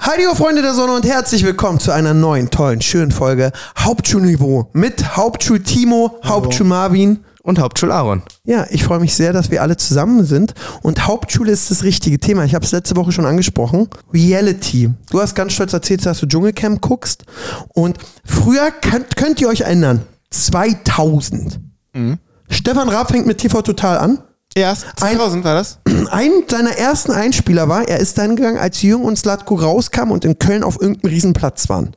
Hi, liebe Freunde der Sonne und herzlich willkommen zu einer neuen, tollen, schönen Folge Hauptschulniveau mit Hauptschul Timo, Hauptschul Marvin. Und Hauptschul Aaron. Ja, ich freue mich sehr, dass wir alle zusammen sind. Und Hauptschule ist das richtige Thema. Ich habe es letzte Woche schon angesprochen. Reality. Du hast ganz stolz erzählt, dass du Dschungelcamp guckst. Und früher könnt, könnt ihr euch erinnern, 2000. Stefan Raab fängt mit TV Total an. Ja, 2000 war das? Ein seiner ersten Einspieler war, er ist dann gegangen, als Jürgen und Slatko rauskamen und in Köln auf irgendeinem Riesenplatz waren.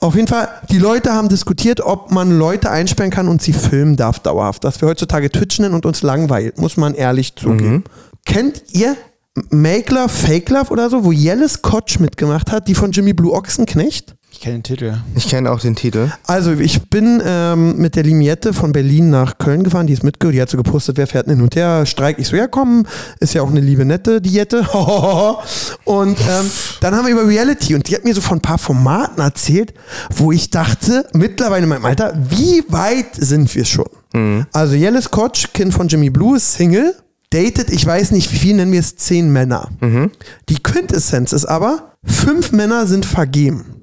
Auf jeden Fall, die Leute haben diskutiert, ob man Leute einsperren kann und sie filmen darf dauerhaft. Dass wir heutzutage Twitch nennen und uns langweilt, muss man ehrlich zugeben. Kennt ihr Make Love, Fake Love oder so, wo Jellis Kotsch mitgemacht hat, die von Jimmy Blue Ochsenknecht? Ich kenne den Titel. Ich kenne auch den Titel. Also ich bin ähm, mit der Limiette von Berlin nach Köln gefahren, die ist mitgehört, die hat so gepostet, wer fährt denn hin und her, Streik. Ich so, ja komm, ist ja auch eine liebe nette Diette. und ähm, dann haben wir über Reality und die hat mir so von ein paar Formaten erzählt, wo ich dachte, mittlerweile in meinem Alter, wie weit sind wir schon? Also Jellis Kotsch, Kind von Jimmy Blue, ist Single, datet, ich weiß nicht wie viel, nennen wir es zehn Männer. Die Quintessenz ist aber, fünf Männer sind vergeben.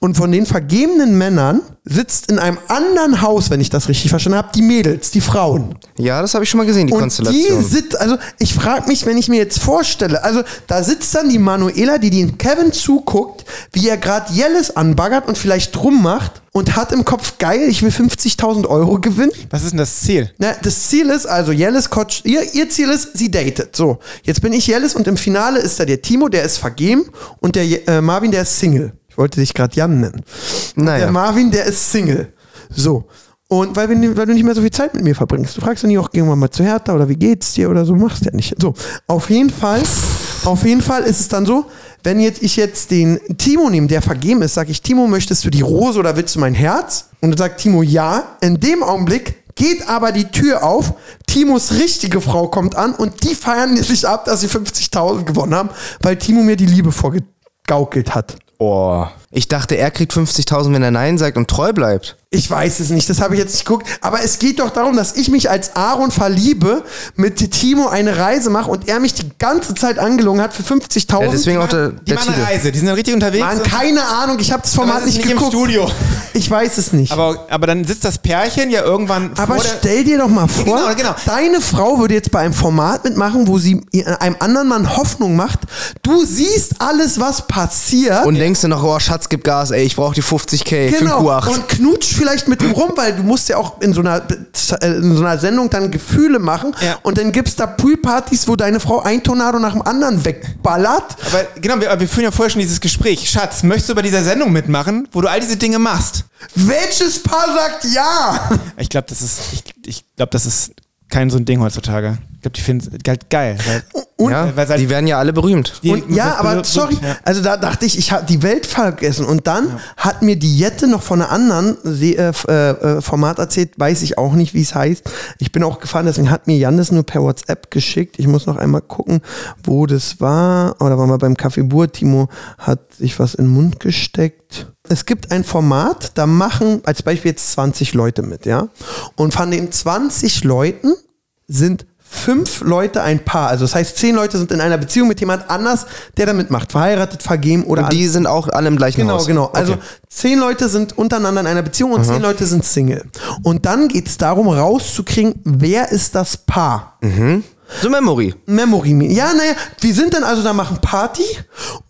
Und von den vergebenen Männern sitzt in einem anderen Haus, wenn ich das richtig verstanden habe, die Mädels, die Frauen. Ja, das habe ich schon mal gesehen, die Und die Konstellation. sitzt, also ich frage mich, wenn ich mir jetzt vorstelle, also da sitzt dann die Manuela, die dem Kevin zuguckt, wie er gerade Jellis anbaggert und vielleicht drum macht und hat im Kopf, geil, ich will 50.000 Euro gewinnen. Was ist denn das Ziel? Na, das Ziel ist also, Jellis Kotsch, ihr, ihr Ziel ist, sie datet. So, jetzt bin ich Jellis und im Finale ist da der Timo, der ist vergeben und der Je- äh, Marvin, der ist Single. Ich wollte dich gerade Jan nennen. Und Naja. Der Marvin, der ist Single. So. Und weil, wir, ni- weil du nicht mehr so viel Zeit mit mir verbringst. Du fragst ja nie auch, gehen wir mal zu Hertha oder wie geht's dir oder so, machst ja nicht. So, auf jeden Fall, auf jeden Fall ist es dann so, wenn jetzt ich jetzt den Timo nehme, der vergeben ist, sage ich, Timo, möchtest du die Rose oder willst du mein Herz? Und dann sagt Timo ja. In dem Augenblick geht aber die Tür auf, Timos richtige Frau kommt an und die feiern sich ab, dass sie 50.000 gewonnen haben, weil Timo mir die Liebe vorgegaukelt hat. Oh. Ich dachte, er kriegt 50.000, wenn er Nein sagt und treu bleibt. Ich weiß es nicht, das habe ich jetzt nicht geguckt. Aber es geht doch darum, dass ich mich als Aaron verliebe, mit Timo eine Reise mache und er mich die ganze Zeit angelogen hat für 50.000. Ja, deswegen auch der, Die der machen eine Titel. Reise, die sind dann richtig unterwegs. Mann, und- keine Ahnung, ich habe das aber Format es ist nicht, geguckt. im Studio. Ich weiß es nicht. Aber, Aber, aber dann sitzt das Pärchen ja irgendwann vor der... stell dir doch mal vor, genau, genau. deine Frau würde jetzt bei einem Format mitmachen, wo sie einem anderen Mann Hoffnung macht. Du siehst alles, was passiert. Und denkst du noch, oh Schatz, gib Gas, ey, ich brauche die 50k für Genau. den Q8. Und knutsch vielleicht mit ihm rum, weil du musst ja auch in so einer, äh, in so einer Sendung dann Gefühle machen. Ja. Und dann gibt's da Poolpartys, wo deine Frau ein Tornado nach dem anderen wegballert. Aber genau, wir, aber wir führen ja vorher schon dieses Gespräch. Schatz, möchtest du bei dieser Sendung mitmachen, wo du all diese Dinge machst? Welches Paar sagt ja? Ich glaube, das ist, ich, ich glaube, das ist kein so ein Ding heutzutage. Ich glaube, die finden es halt geil. Weil, Und- Äh, Ja, weil seit- die werden ja alle berühmt. die- Und ja, aber Ja. sorry, also da dachte ich, ich habe die Welt vergessen. Und dann hat mir die Jette noch von einer anderen Se äh, F- äh, äh, Format erzählt, weiß ich auch nicht, wie es heißt. Ich bin auch gefahren, deswegen hat mir Jan das nur per WhatsApp geschickt. Ich muss noch einmal gucken, wo das war. Oh, Oder war mal beim Café Bur. Timo hat sich was in den Mund gesteckt. Es gibt ein Format, da machen als Beispiel jetzt 20 Leute mit, ja. Und von den 20 Leuten sind fünf Leute ein Paar. Also das heißt, zehn Leute sind in einer Beziehung mit jemand anders, der da mitmacht. Verheiratet, vergeben oder Und die sind auch alle im gleichen Genau, Haus. genau. Also Okay. zehn Leute sind untereinander in einer Beziehung und zehn Leute sind Single. Und dann geht es darum, rauszukriegen, wer ist das Paar. So Memory. Memory Me. Ja, naja, wir sind dann also da machen Party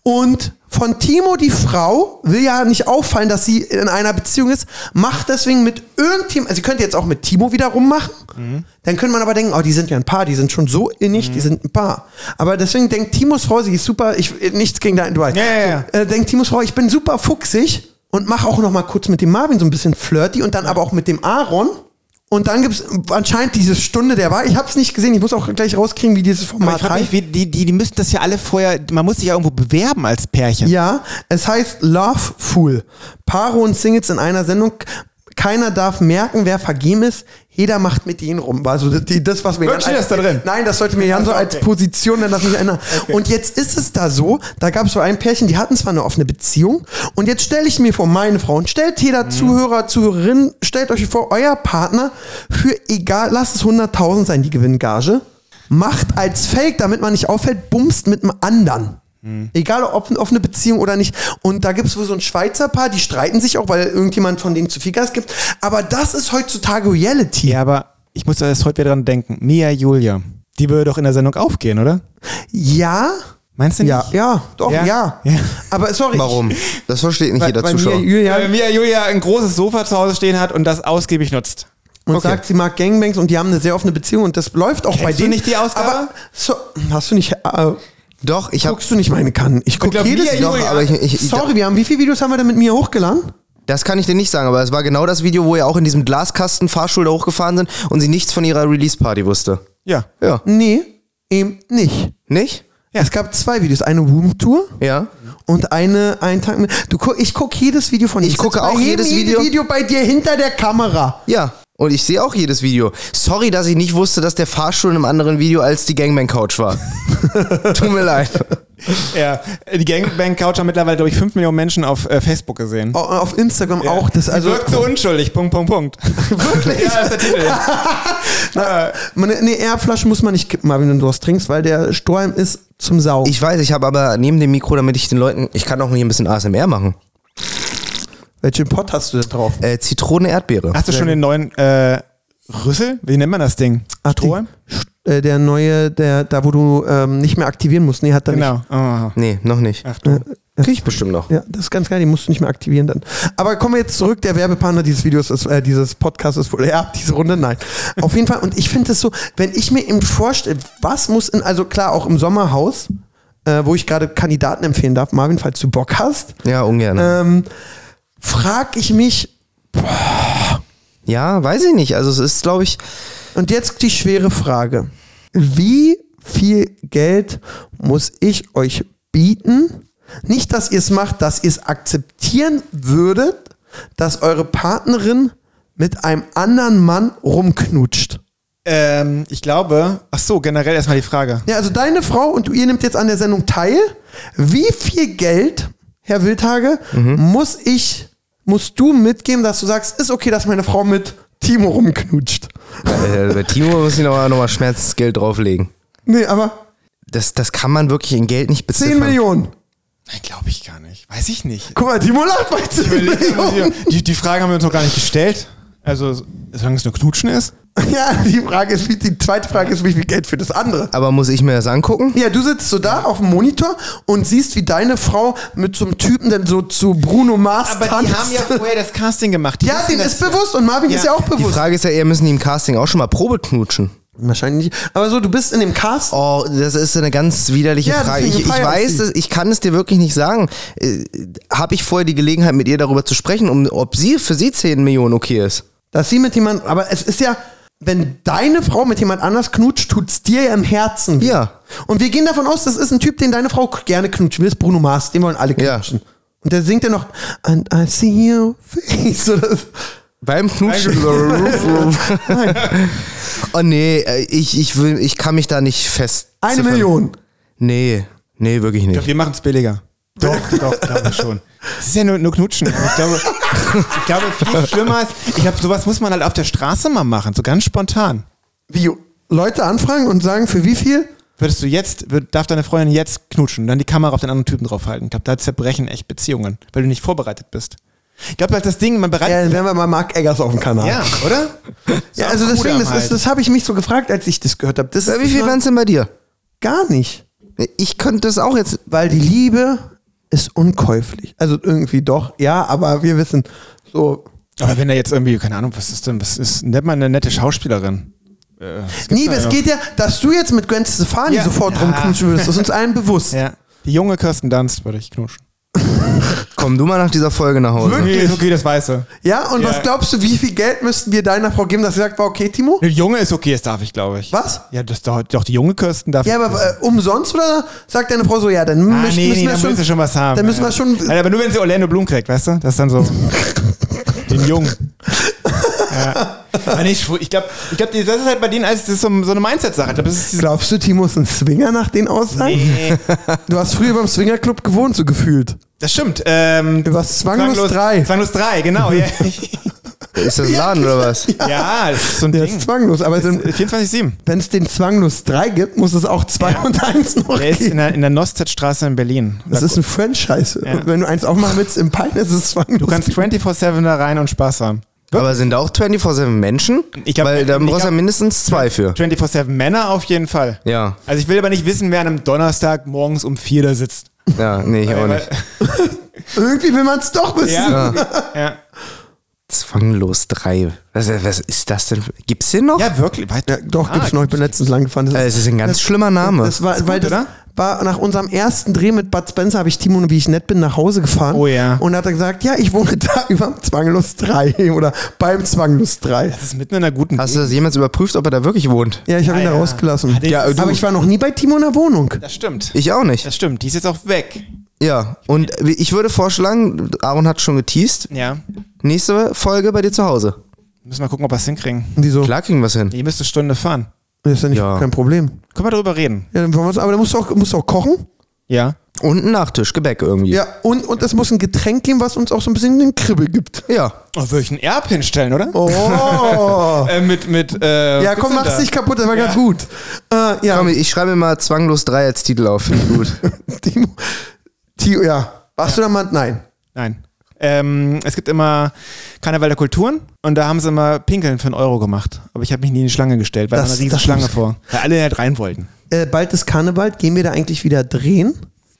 und von Timo, die Frau, will ja nicht auffallen, dass sie in einer Beziehung ist, macht deswegen mit irgendjemandem, also sie könnte jetzt auch mit Timo wieder rummachen, Mhm. dann könnte man aber denken, oh, die sind ja ein Paar, die sind schon so innig, die sind ein Paar. Aber deswegen denkt Timos Frau, sie ist super, ich, nichts gegen deinen, du weißt. Ja, ja, ja. Äh, denkt Timos Frau, ich bin super fuchsig und mach auch noch mal kurz mit dem Marvin so ein bisschen flirty und dann aber auch mit dem Aaron. Und dann gibt's anscheinend diese Stunde der Wahl. Ich habe es nicht gesehen. Ich muss auch gleich rauskriegen, wie dieses Aber Format ich frage mich, heißt. wie, die, die, die müssen das ja alle vorher, man muss sich ja irgendwo bewerben als Pärchen. Ja, es heißt Love Fool. Paare und Singles in einer Sendung. Keiner darf merken, wer vergeben ist. Jeder macht mit ihnen rum. War so das- die, das, was mir Wirklich, Jan steht das da drin? Nein, das sollte mir Jan so als Position, wenn das nicht erinnert. Und jetzt ist es da so, da gab es so ein Pärchen, die hatten zwar eine offene Beziehung. Und jetzt stelle ich mir vor, meine Frau, und stellt jeder Zuhörer, Zuhörerin, stellt euch vor, euer Partner für egal, lasst es 100.000 sein, die Gewinngage, macht als Fake, damit man nicht auffällt, bumst mit einem anderen. Egal ob eine offene Beziehung oder nicht. Und da gibt es wohl so ein Schweizer Paar, die streiten sich auch, weil irgendjemand von denen zu viel Gas gibt. Aber das ist heutzutage Reality. Ja, aber ich muss da erst heute wieder dran denken. Mia Julia, die würde doch in der Sendung aufgehen, oder? Ja? Meinst du nicht? Ja, ja, doch, Ja? ja. Ja. Aber sorry. Warum? Das versteht nicht Bei, jeder bei Zuschauer. mir, Julia, Weil Mia Julia ein großes Sofa zu Hause stehen hat und das ausgiebig nutzt. und Okay. sagt, sie mag Gangbangs und die haben eine sehr offene Beziehung und das läuft auch bei du denen. nicht die Ausgabe? Aber so, hast du nicht, äh, Doch, ich habe guckst du nicht meine Kanten? Ich gucke glaub, jedes wir- Video. doch, Julia, aber ich, ich, Sorry, wir haben, wie viele Videos haben wir denn mit mir hochgeladen? das kann ich dir nicht sagen, aber es war genau das Video, wo ihr auch in diesem Glaskasten Fahrstuhl da hochgefahren sind und sie nichts von ihrer Release Party wusste. Ja. Ja. Nee, eben nicht. Nicht? Es gab zwei Videos, eine Roomtour Ja. und eine ein Tag mit. Du guck, ich gucke jedes Video von dir. Ich Ich gucke sitz bei auch jedem jedes Video. Video bei dir hinter der Kamera. Ja. Und ich sehe auch jedes Video. Sorry, dass ich nicht wusste, dass der Fahrstuhl in einem anderen Video als die Gangbang Couch war. Tut mir leid. Ja. Die Gangbang Couch haben mittlerweile, glaube ich, 5 Millionen Menschen auf äh, Facebook gesehen. Au- Auf Instagram auch das also Wirkt so unschuldig, Punkt, Punkt, Punkt. Wirklich? Ja, das ist der Titel. äh, meine, eine Airflasche muss man nicht kippen, Marvin, wenn du was trinkst, weil der Sturm ist zum Sau. Ich weiß, ich habe aber neben dem Mikro, damit ich den Leuten, ich kann auch hier ein bisschen ASMR machen. Welchen Pott hast du denn drauf? Äh, Zitrone Erdbeere. Hast du schon den neuen äh, Rüssel? Wie nennt man das Ding? Strohhalm? die- St- äh, der neue, der da wo du ähm, nicht mehr aktivieren musst. Nee, hat er Genau. Oh. Nee, noch nicht. Ach du. Genau. Krieg ich bestimmt noch. nicht. Ja, das ist ganz geil, die musst du nicht mehr aktivieren dann. Aber kommen wir jetzt zurück, der Werbepartner dieses Videos ist, äh, dieses Podcasts ist wohl, ja, diese Runde, nein. Auf jeden Fall, und ich finde es so, wenn ich mir eben vorstelle, was muss in, also klar, auch im Sommerhaus, äh, wo ich gerade Kandidaten empfehlen darf, Marvin, falls du Bock hast, Ja, ungern. ähm, frag ich mich, Ja, weiß ich nicht. Also es ist, glaube ich, Und jetzt die schwere Frage. Wie viel Geld muss ich euch bieten? Nicht, dass ihr es macht, dass ihr es akzeptieren würdet, dass eure Partnerin mit einem anderen Mann rumknutscht. Ähm, ich glaube, ach so, generell erstmal die Frage. Ja, also deine Frau und ihr nehmt jetzt an der Sendung teil. Wie viel Geld, Herr Wildhage, muss ich, musst du mitgeben, dass du sagst, ist okay, dass meine Frau mit Timo rumknutscht? äh, bei Timo muss ich nochmal noch mal Schmerzgeld drauflegen. Nee, aber Das, das kann man wirklich in Geld nicht 10 beziffern. Millionen. Nein, glaube ich gar nicht. Weiß ich nicht. Guck mal, Timo lacht bei 10 Millionen. Die, die Frage haben wir uns noch gar nicht gestellt. Also, solange es nur Knutschen ist. Ja, die Frage ist, wie, die zweite Frage ist, wie viel Geld für das andere? Aber muss ich mir das angucken? Ja, du sitzt so da auf dem Monitor und siehst, wie deine Frau mit so einem Typen dann so zu Bruno Mars tanzt. vorher das Casting gemacht. Die ja, wissen dem das ist bewusst und Marvin Ja. ist ja auch Die bewusst. Frage ist ja eher, müssen die im Casting auch schon mal Probe knutschen? Wahrscheinlich nicht. Aber so, du bist in dem Cast. Oh, das ist eine ganz widerliche Ja, Frage. Ich, deswegen ich feier ich weiß, sie. es- ich kann es dir wirklich nicht sagen. Äh, Habe ich vorher die Gelegenheit, mit ihr darüber zu sprechen, um, ob sie für sie 10 Millionen okay ist? Dass sie mit jemand, aber es ist ja, wenn deine Frau mit jemand anders knutscht, tut's dir ja im Herzen. weh. Ja. Und wir gehen davon aus, das ist ein Typ, den deine Frau k- gerne knutscht. Will ist Bruno Mars, den wollen alle Ja. knutschen. Und der singt ja noch, and I see your face. Oder so. Beim Knutschen. oh nee, äh, ich, ich, will, ich kann mich da nicht fest. Eine Million. Nee, nee, wirklich Ich glaube, nicht. wir machen es billiger. Doch, doch, glaube ich schon. Es ist ja nur, nur Knutschen. Ich glaube, ich glaube, viel schlimmer ist, ich glaube, sowas muss man halt auf der Straße mal machen, so ganz spontan. Wie Leute anfragen und sagen, für wie viel? Würdest du jetzt, würd, darf deine Freundin jetzt knutschen und dann die Kamera auf den anderen Typen draufhalten? Ich glaube, da zerbrechen echt Beziehungen, weil du nicht vorbereitet bist. Ich glaube, halt das Ding, man Ja, bereitet. dann wären wir mal Mark Eggers auf dem Kanal. Ja, oder? Ja, also Bruder deswegen, das, am ist- das Halten. habe ich mich so gefragt, als ich das gehört habe. Das Äh, ist Wie viel immer- wären's denn bei dir? Gar nicht. Ich könnte das auch jetzt. Weil die Liebe ist unkäuflich. Also irgendwie doch, ja, aber wir wissen, so. Aber wenn er jetzt irgendwie, keine Ahnung, was ist denn, was ist, nennt man eine nette Schauspielerin? Äh, was gibt's Nee, da es noch? geht ja, dass du jetzt mit Gwen Stefani Ja. sofort Ja. rumknutschen würdest, ist uns allen bewusst. Ja. Die junge Kirsten Dunst würde ich knutschen. Komm du mal nach dieser Folge nach Hause. Wirklich? Okay, das weiße. Ja, und Ja. was glaubst du, wie viel Geld müssten wir deiner Frau geben, dass sie sagt, war okay, Timo? Eine junge ist okay, das darf ich, glaube ich. Was? Ja, das doch, doch die junge Kirsten darf Ja, ich. aber äh, umsonst oder sagt deine Frau so, ja, dann Ah, müssen, nee, müssen nee, wir dann schon, müssen wir schon was haben. Dann müssen ja. wir schon. Alter, aber nur wenn sie Orlando Bloom kriegt, weißt du? Das ist dann so. den Jungen. ja. Aber nee, ich schwur- ich glaube, ich glaub, die- das ist halt bei denen alles das ist so, so eine Mindset-Sache. Ich glaub, das ist dieses- Glaubst du, Timo ist ein Swinger nach den Aussagen? Nee, Du hast früher beim Swingerclub gewohnt, so gefühlt. das stimmt. Ähm, Du warst zwanglos drei. Zwanglos 3, genau. ja. Ist das ein Laden oder was? Ja, das ist so ein Der Ding. ist zwanglos. Aber wenn 24-7. es den zwanglos 3 gibt, muss es auch 2 und 1 noch Der ist geben. in der, in der Nostedtstraße in Berlin. Das ist ein Franchise. Und wenn du eins aufmachen willst im Pein, ist es zwanglos. du kannst 24-7 da rein und Spaß haben. Aber sind auch 24-7 Menschen? Ich glaub, Weil da ich brauchst du ja glaub- mindestens zwei für. 24-7 Männer auf jeden Fall. Ja, Also ich will aber nicht wissen, wer an einem Donnerstag morgens um vier da sitzt. ja, nee, ich auch nicht. Irgendwie will man es doch wissen. Ja, ja. Zwanglos drei. Was, was ist das denn? für- Gibt's den noch? ja wirklich. Weit- Ja, doch, gibt's Ah. noch. Ich bin letztens lang gefahren. Das Äh, Es ist ein ganz schlimmer Name. Das war, weil gut, das oder? war nach unserem ersten Dreh mit Bud Spencer habe ich Timo, und wie ich nett bin, nach Hause gefahren. Oh ja. Und hat er gesagt, ja, ich wohne da über dem Zwanglos 3 oder beim Zwanglos 3. Das ist mitten in einer guten Hast du das jemals überprüft, ob er da wirklich wohnt? Ja, ich habe ihn Ah, da ja. rausgelassen. Hat er- Ja, du- aber ich war noch nie bei Timo in der Wohnung. Das stimmt. Ich auch nicht. Das stimmt. Die ist jetzt auch weg. Ja, und ich würde vorschlagen, Aaron hat schon geteased, Ja. nächste Folge bei dir zu Hause. Müssen wir gucken, ob wir es hinkriegen. Und die so, Klar kriegen wir es hin. Die müsste eine Stunde fahren. das ist ja nicht Ja. kein Problem. Können wir darüber reden? Ja, dann wollen wir's, aber dann musst du auch, musst du auch kochen. Ja. Und ein Nachtisch, Gebäck irgendwie. Ja, und, und es muss ein Getränk geben, was uns auch so ein bisschen den Kribbel gibt. Ja. Oh, würde ich einen Erb hinstellen, oder? Oh. Äh, mit, mit, äh, ja, was komm, ist denn mach's da? nicht kaputt, das war grad gut. Äh, ja, Komm, ich schreibe mir mal zwanglos 3 als Titel auf. Finde ich gut. Timo. Timo, ja. Warst du da mal? Nein. Nein. Ähm, es gibt immer Karneval der Kulturen und da haben sie immer Pinkeln für einen Euro gemacht. Aber ich habe mich nie in die Schlange gestellt, weil Das- da war eine riesen das Schlange muss- vor. Weil alle halt rein wollten. äh, bald ist Karneval, gehen wir da eigentlich wieder drehen?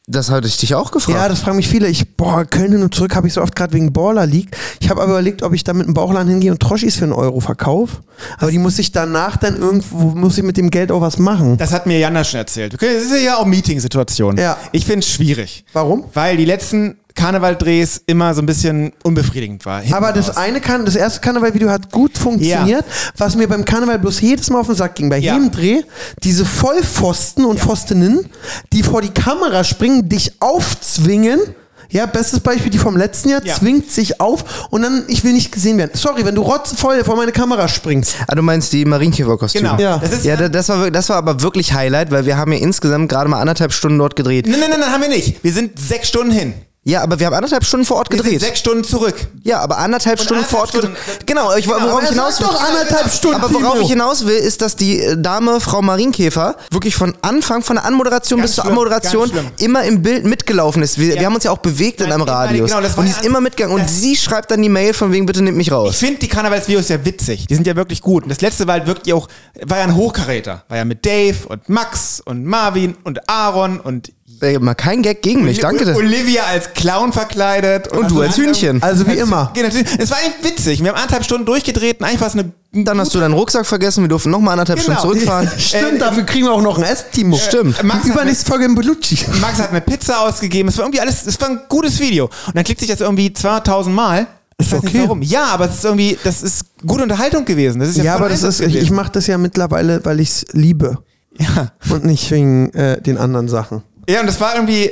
Das hatte ich dich auch Ja, gefragt. das fragen mich viele. Ich, boah, Köln hin und zurück habe ich so oft gerade wegen Baller League. Ich habe aber überlegt, ob ich da mit einem Bauchladen hingehe und Troschis für einen Euro verkaufe. Aber die muss ich danach dann irgendwo, muss ich mit dem Geld auch was machen. Das hat mir Jana schon erzählt. Okay, Das ist ja auch Meeting-Situation. Ja. Ich finde es schwierig. Warum? Weil die letzten Karneval-Drehs immer so ein bisschen unbefriedigend war. Hinten Aber das raus. eine kann, das erste Karnevalvideo hat gut funktioniert, was mir beim Karneval bloß jedes Mal auf den Sack ging. Bei Ja. jedem Dreh, diese Vollpfosten und Pfostinnen, die vor die Kamera springen, dich aufzwingen. Ja, bestes Beispiel, die vom letzten Jahr Ja. zwingt sich auf und dann, ich will nicht gesehen werden. Sorry, wenn du rotzevoll vor meine Kamera springst. Ah, du meinst die Marienkäferkostüme? Genau. Ja. Das ist Ja, da- das war, wir- das war aber wirklich Highlight, weil wir haben ja insgesamt gerade mal anderthalb Stunden dort gedreht. Nein, nein, nein, nein, haben wir nicht. Wir sind sechs Stunden hin. Ja, aber wir haben anderthalb Stunden vor Ort Wir sind gedreht. sechs Stunden zurück. Ja, aber anderthalb Und Stunden vor Ort anderthalb gedreht. Genau, ich, aber worauf ich er hinaus sagt doch anderthalb Stunden, Aber worauf Timo. ich hinaus will, ist, dass die äh, Dame, Frau Marienkäfer, wirklich von Anfang, von der Anmoderation Ganz bis zur schlimm, Anmoderation ganz schlimm. immer im Bild mitgelaufen ist. Wir, wir haben uns ja auch bewegt in Nein, einem nein, nein, Radius. genau, das war und die ja ist an- immer mitgegangen. Und das- sie schreibt dann die Mail von wegen, bitte nehmt mich Ich raus. finde die Karnevalsvideos ja witzig. Die sind ja wirklich gut. Und das letzte war halt wirklich auch, war ja ein Hochkaräter. War ja mit Dave und Max und Marvin und Aaron und Ey, mal kein Gag gegen mich, danke. dir. Olivia als Clown verkleidet. Und du als Hühnchen. Also wie immer. Genau, Es war eigentlich witzig. Wir haben anderthalb Stunden durchgedreht und eigentlich war es eine. Dann hast du deinen Rucksack vergessen, wir durften nochmal anderthalb Genau. Äh, Stunden zurückfahren. Äh, Stimmt, dafür kriegen wir auch noch ein Essen, Timo. Stimmt. Die Max hat übernächste Folge im Bellucci. Max hat eine Pizza ausgegeben. Es war irgendwie alles, es war ein gutes Video. Und dann klickt sich das irgendwie 2000 Mal. Ich Ist weiß nicht okay. warum. Ja, aber es ist irgendwie, das ist gute Unterhaltung gewesen. Das ist ja, Ja, voll aber das Einsatz ist, ich, ich gewesen. mache das ja mittlerweile, weil ich es liebe ja. und nicht wegen äh, den anderen Sachen. Ja, und das war irgendwie.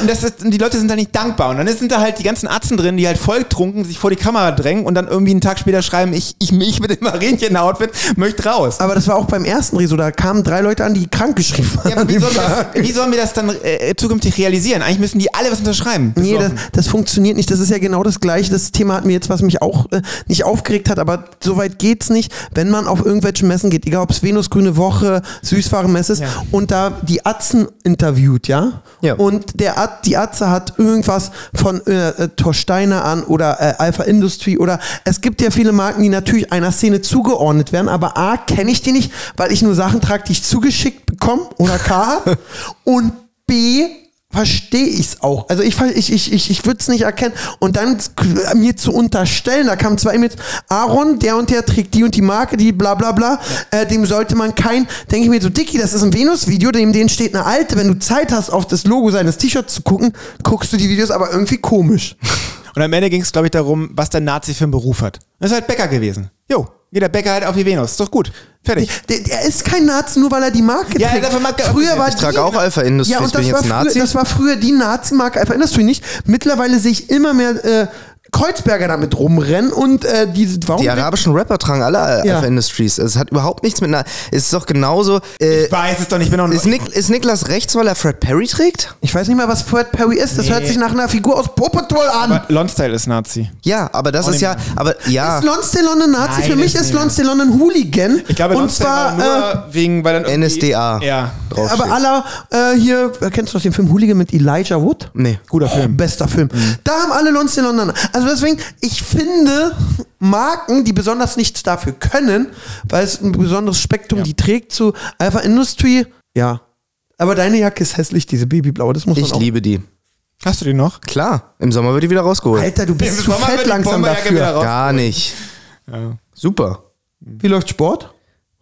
und Das ist, und die Leute sind da nicht dankbar. Und dann sind da halt die ganzen Atzen drin, die halt volltrunken sich vor die Kamera drängen und dann irgendwie einen Tag später schreiben, ich, ich, ich mit dem Marienchen-Outfit möchte raus. Aber das war auch beim ersten Rezo, da kamen drei Leute an, die krank geschrieben waren. Ja, aber wie An dem sollen, wir das, Tag. wie sollen wir das dann äh, zukünftig realisieren? Eigentlich müssen die alle was unterschreiben. Nee, das, Besoffen. das funktioniert nicht. Das ist ja genau das gleiche. Das Thema hat mir jetzt, was mich auch äh, nicht aufgeregt hat, aber so weit geht's nicht, wenn man auf irgendwelche Messen geht, egal ob es Venus Grüne Woche, Süßwarenmesse ist, Ja. und da die Atzen interviewt, ja? Ja. Und der At, die Atze hat irgendwas von äh, äh, Torsteiner an oder äh, Alpha Industry oder es gibt ja viele Marken, die natürlich einer Szene zugeordnet werden, aber A, kenne ich die nicht, weil ich nur Sachen trage, die ich zugeschickt bekomme oder K hab. und B, verstehe ich es auch. Also ich, ver- ich, ich, ich, ich würde es nicht erkennen. Und dann k- mir zu unterstellen, da kamen zwei mit Aaron, der und der trägt die und die Marke, die bla bla bla, äh, dem sollte man kein, denke ich mir so, Dicky, das ist ein Venus-Video, dem denen steht eine alte, wenn du Zeit hast, auf das Logo seines T-Shirts zu gucken, guckst du die Videos aber irgendwie komisch. Und am Ende ging es, glaube ich, darum, was der Nazi für einen Beruf hat. Das ist halt Bäcker gewesen. Jo, jeder Bäcker halt auf die Venus. Ist doch gut. Fertig. Der, der ist kein Nazi, nur weil er die Marke Ja, trägt. dafür mag er- früher war Ich die- trage auch Alpha Industries, ja, und bin das ich war jetzt früher, Nazi? Das war früher die Nazi-Marke Alpha Industry nicht. Mittlerweile sehe ich immer mehr äh, Kreuzberger damit rumrennen und äh, diese. Warum? Die arabischen Rapper tragen alle Ja. Alpha Industries. Es hat überhaupt nichts mit einer. Es ist doch genauso. Äh, Ich weiß es doch nicht, ich bin doch ist, Nick, ist Niklas rechts, weil er Fred Perry trägt? ich weiß nicht mal, was Fred Perry ist. Das hört sich nach einer Figur aus Paw Patrol an. Aber Lonstyle ist Nazi. Ja, aber das ist ja. Aber ja. Oh, Ist Lons Delon ein Nazi? Nein, Für mich ist ist nicht. Lons Delon ein Hooligan. Ich glaube, und Lonstyle zwar, war nur Oh, wegen, weil dann irgendwie- NSDA. Ja. äh, draufsteht. aber aller äh, hier, äh, kennst du noch den Film Hooligan mit Elijah Wood? Nee. Guter Film. Oh, Mhm. Bester Film. Da haben alle Lons Delon an. Also deswegen, ich finde Marken, die besonders nichts dafür können, weil es ein besonderes Spektrum die trägt zu Alpha Industry, ja. Aber deine Jacke ist hässlich, diese babyblaue, das muss Ich man auch. liebe die. Hast du den noch? Klar. Im Sommer wird die wieder rausgeholt. Alter, du bist Im zu Sommer wird fett die langsam Bomberjacke wieder dafür. raus. Gar nicht. Ja. Super. Wie läuft Sport?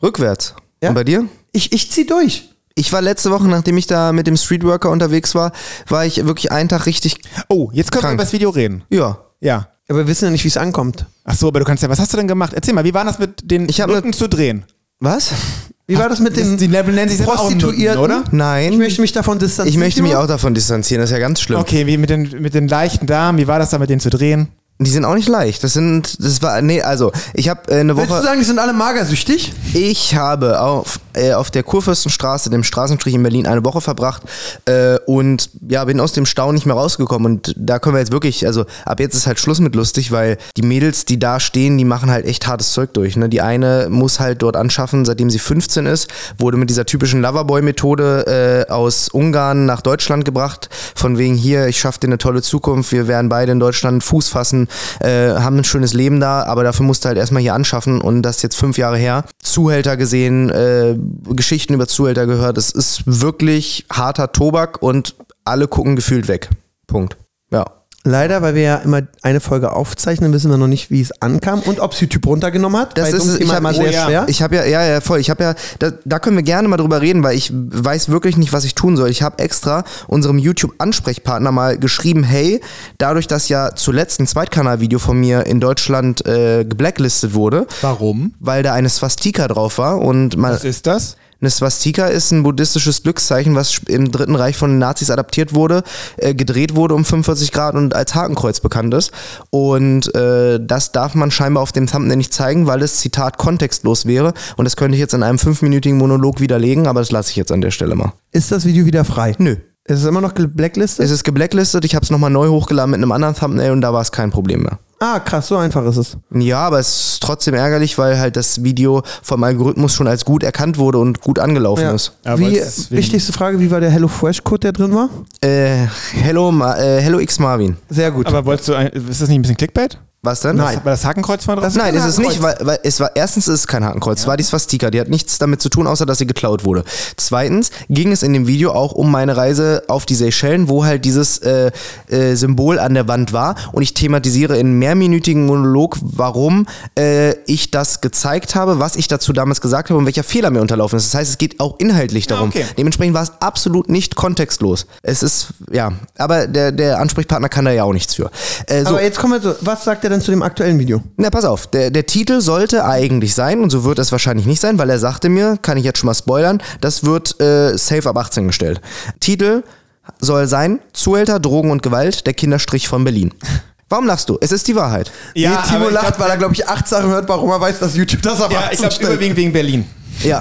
Rückwärts. Ja? Und bei dir? Ich, ich zieh durch. Ich war letzte Woche, nachdem ich da mit dem Streetworker unterwegs war, war ich wirklich einen Tag richtig. Oh, jetzt können wir Krank. über das Video reden. Ja. Ja. Aber wir wissen ja nicht, wie es ankommt. Ach so, aber du kannst ja, was hast du denn gemacht? Erzähl mal, wie war das mit den Ich hab Nutten zu drehen? Was? Wie war das mit den Die Level nennen sich selber auch Nutten, Prostituierten? oder? Ich Nein. möchte mich davon distanzieren. Ich möchte mich auch davon distanzieren. Das ist ja ganz schlimm. Okay, wie mit den, mit den leichten Damen, wie war das da mit denen zu drehen? Die sind auch nicht leicht. Das sind. Das war. Nee, also, ich habe äh, eine Willst du Woche. sagen, die sind alle magersüchtig? Ich habe auf, äh, auf der Kurfürstenstraße, dem Straßenstrich in Berlin, eine Woche verbracht äh, und ja, bin aus dem Stau nicht mehr rausgekommen. Und da können wir jetzt wirklich, also ab jetzt ist halt Schluss mit lustig, weil die Mädels, die da stehen, die machen halt echt hartes Zeug durch. Ne? Die eine muss halt dort anschaffen, seitdem sie 15 ist, wurde mit dieser typischen Loverboy-Methode äh, aus Ungarn nach Deutschland gebracht. Von wegen hier, ich schaffe dir eine tolle Zukunft, wir werden beide in Deutschland Fuß fassen, äh, haben ein schönes Leben da, aber dafür musst du halt erstmal hier anschaffen und das ist jetzt fünf Jahre her. Zuhälter gesehen, äh, Geschichten über Zuhälter gehört. Es ist wirklich harter Tobak und alle gucken gefühlt weg. Punkt. Ja. Leider, weil wir ja immer eine Folge aufzeichnen, wissen wir noch nicht, wie es ankam und ob sie Typ runtergenommen hat. Das weil ist sonst es, ich immer hab- mal oh sehr ja. schwer. Ich habe ja, ja, ja, voll. Ich habe ja, da, da können wir gerne mal drüber reden, weil ich weiß wirklich nicht, was ich tun soll. Ich habe extra unserem YouTube-Ansprechpartner mal geschrieben, hey, dadurch, dass ja zuletzt ein Zweitkanalvideo von mir in Deutschland äh, geblacklistet wurde, Warum? weil da eine Swastika drauf war und mal, Was ist das? eine Swastika ist ein buddhistisches Glückszeichen, was im Dritten Reich von den Nazis adaptiert wurde, äh, gedreht wurde um 45 Grad und als Hakenkreuz bekannt ist. Und äh, das darf man scheinbar auf dem Thumbnail nicht zeigen, weil es, Zitat, kontextlos wäre. Und das könnte ich jetzt in einem fünfminütigen Monolog widerlegen, aber das lasse ich jetzt an der Stelle mal. Ist das Video wieder frei? Nö. Ist es immer noch geblacklistet? Es ist geblacklistet, ich habe es nochmal neu hochgeladen mit einem anderen Thumbnail und da war es kein Problem mehr. ah, krass, so einfach ist es. Ja, aber es ist trotzdem ärgerlich, weil halt das Video vom Algorithmus schon als gut erkannt wurde und gut angelaufen Ja. ist. Aber Wie, es ist wegen- wichtigste Frage, wie war der Hello Fresh Code, der drin war? Äh, hello, Ma äh, hello X Marvin. Sehr gut. Aber wolltest du, ein, ist das nicht ein bisschen Clickbait? Was denn? Das, weil das Hakenkreuz war drauf? Das- Nein, Kein ist es Hakenkreuz. nicht, weil, weil es war erstens ist es kein Hakenkreuz, es war die Swastika, die hat nichts damit zu tun, außer dass sie geklaut wurde. Zweitens ging es in dem Video auch um meine Reise auf die Seychellen, wo halt dieses äh, äh, Symbol an der Wand war und ich thematisiere in einem mehrminütigen Monolog, warum äh, ich das gezeigt habe, was ich dazu damals gesagt habe und welcher Fehler mir unterlaufen ist. Das heißt, es geht auch inhaltlich darum. okay. Dementsprechend war es absolut nicht kontextlos. Es ist ja, aber der, der Ansprechpartner kann da ja auch nichts für. Äh, so, Aber jetzt kommen wir zu, was sagt er denn zu dem aktuellen Video? na, pass auf, der, der Titel sollte eigentlich sein, und so wird es wahrscheinlich nicht sein, weil er sagte mir, kann ich jetzt schon mal spoilern, das wird äh, safe ab 18 gestellt. Titel soll sein, Zuhälter, Drogen und Gewalt, der Kinderstrich von Berlin. Warum lachst du? Es ist die Wahrheit. Ja, nee, Timo aber ich lacht, glaub- weil er, glaube ich, acht Sachen hört, warum er weiß, dass YouTube das aber ja, ich glaube überwiegend wegen Berlin. Ja.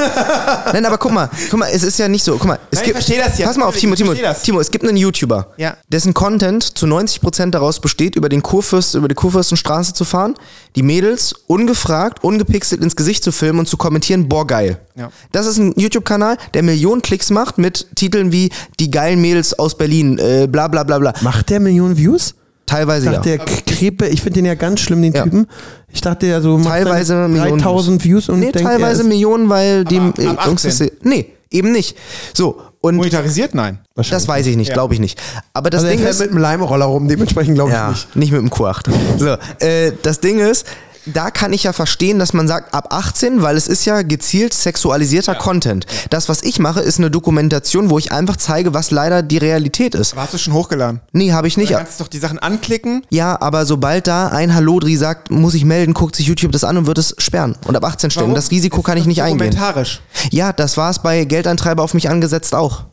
Nein, aber guck mal, guck mal, es ist ja nicht so. Guck mal, es Nein, ich gibt, versteh das jetzt. Pass mal auf, Ich Timo, Timo, versteh das. Timo, es gibt einen YouTuber, Ja. dessen Content zu 90% daraus besteht, über den Kurfürst, über die Kurfürstenstraße zu fahren, die Mädels ungefragt, ungepixelt ins Gesicht zu filmen und zu kommentieren, boah, geil. Ja. Das ist ein YouTube-Kanal, der Millionen Klicks macht mit Titeln wie Die geilen Mädels aus Berlin, äh, bla bla bla bla. Macht der Millionen Views? Ich Teilweise ja. dachte, der Krepe, ich finde den ja ganz schlimm, den Ja. Typen. Ich dachte ja so, macht seine Teilweise Millionen 3000 Views und Nee, denkt, er teilweise ist- Millionen, weil die ab äh, 18. Nee, eben nicht. So, und Monetarisiert? Nein. das weiß ich nicht, Ja. glaube ich nicht. Aber das Also er Ding fährt ist, mit einem Leimroller rum, dementsprechend glaube ich ja, nicht. nicht. mit dem Q8. So, äh, das Ding ist, da kann ich ja verstehen, dass man sagt ab 18, weil es ist ja gezielt sexualisierter Content. Das, was ich mache, ist eine Dokumentation, wo ich einfach zeige, was leider die Realität ist. Aber hast du schon hochgeladen? Nee, habe ich nicht. Du kannst du doch die Sachen anklicken. Ja, aber sobald da ein Hallodri sagt, muss ich melden, guckt sich YouTube das an und wird es sperren und ab 18 stellen. Warum? Das Risiko kann Das ich ist nicht eingehen. Dokumentarisch. Ja, das war es bei Geldeintreiber auf mich angesetzt auch.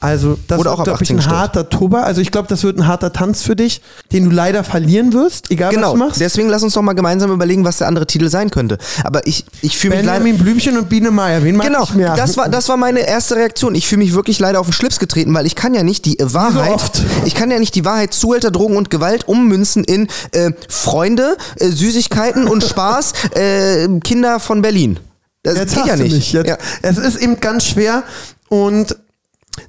Also das Oder auch wird, ab glaube ich, 18 ein gestellt. harter Tobak. Also ich glaube, das wird ein harter Tanz für dich, den du leider verlieren wirst, egal was Genau, du machst. deswegen lass uns doch mal gemeinsam überlegen, was der andere Titel sein könnte. Aber ich, ich fühle mich leider... Benjamin Blümchen und Biene Meier, wen mag Genau, ich mehr? das war, das war meine erste Reaktion. Ich fühle mich wirklich leider auf den Schlips getreten, weil ich kann ja nicht die äh, Wahrheit, oft. ich kann ja nicht die Wahrheit Zuhälter, Drogen und Gewalt ummünzen in äh, Freunde, äh, Süßigkeiten und Spaß, äh, Kinder von Berlin. Das Jetzt geht hast ja du nicht. mich. Jetzt, Ja. Es ist eben ganz schwer und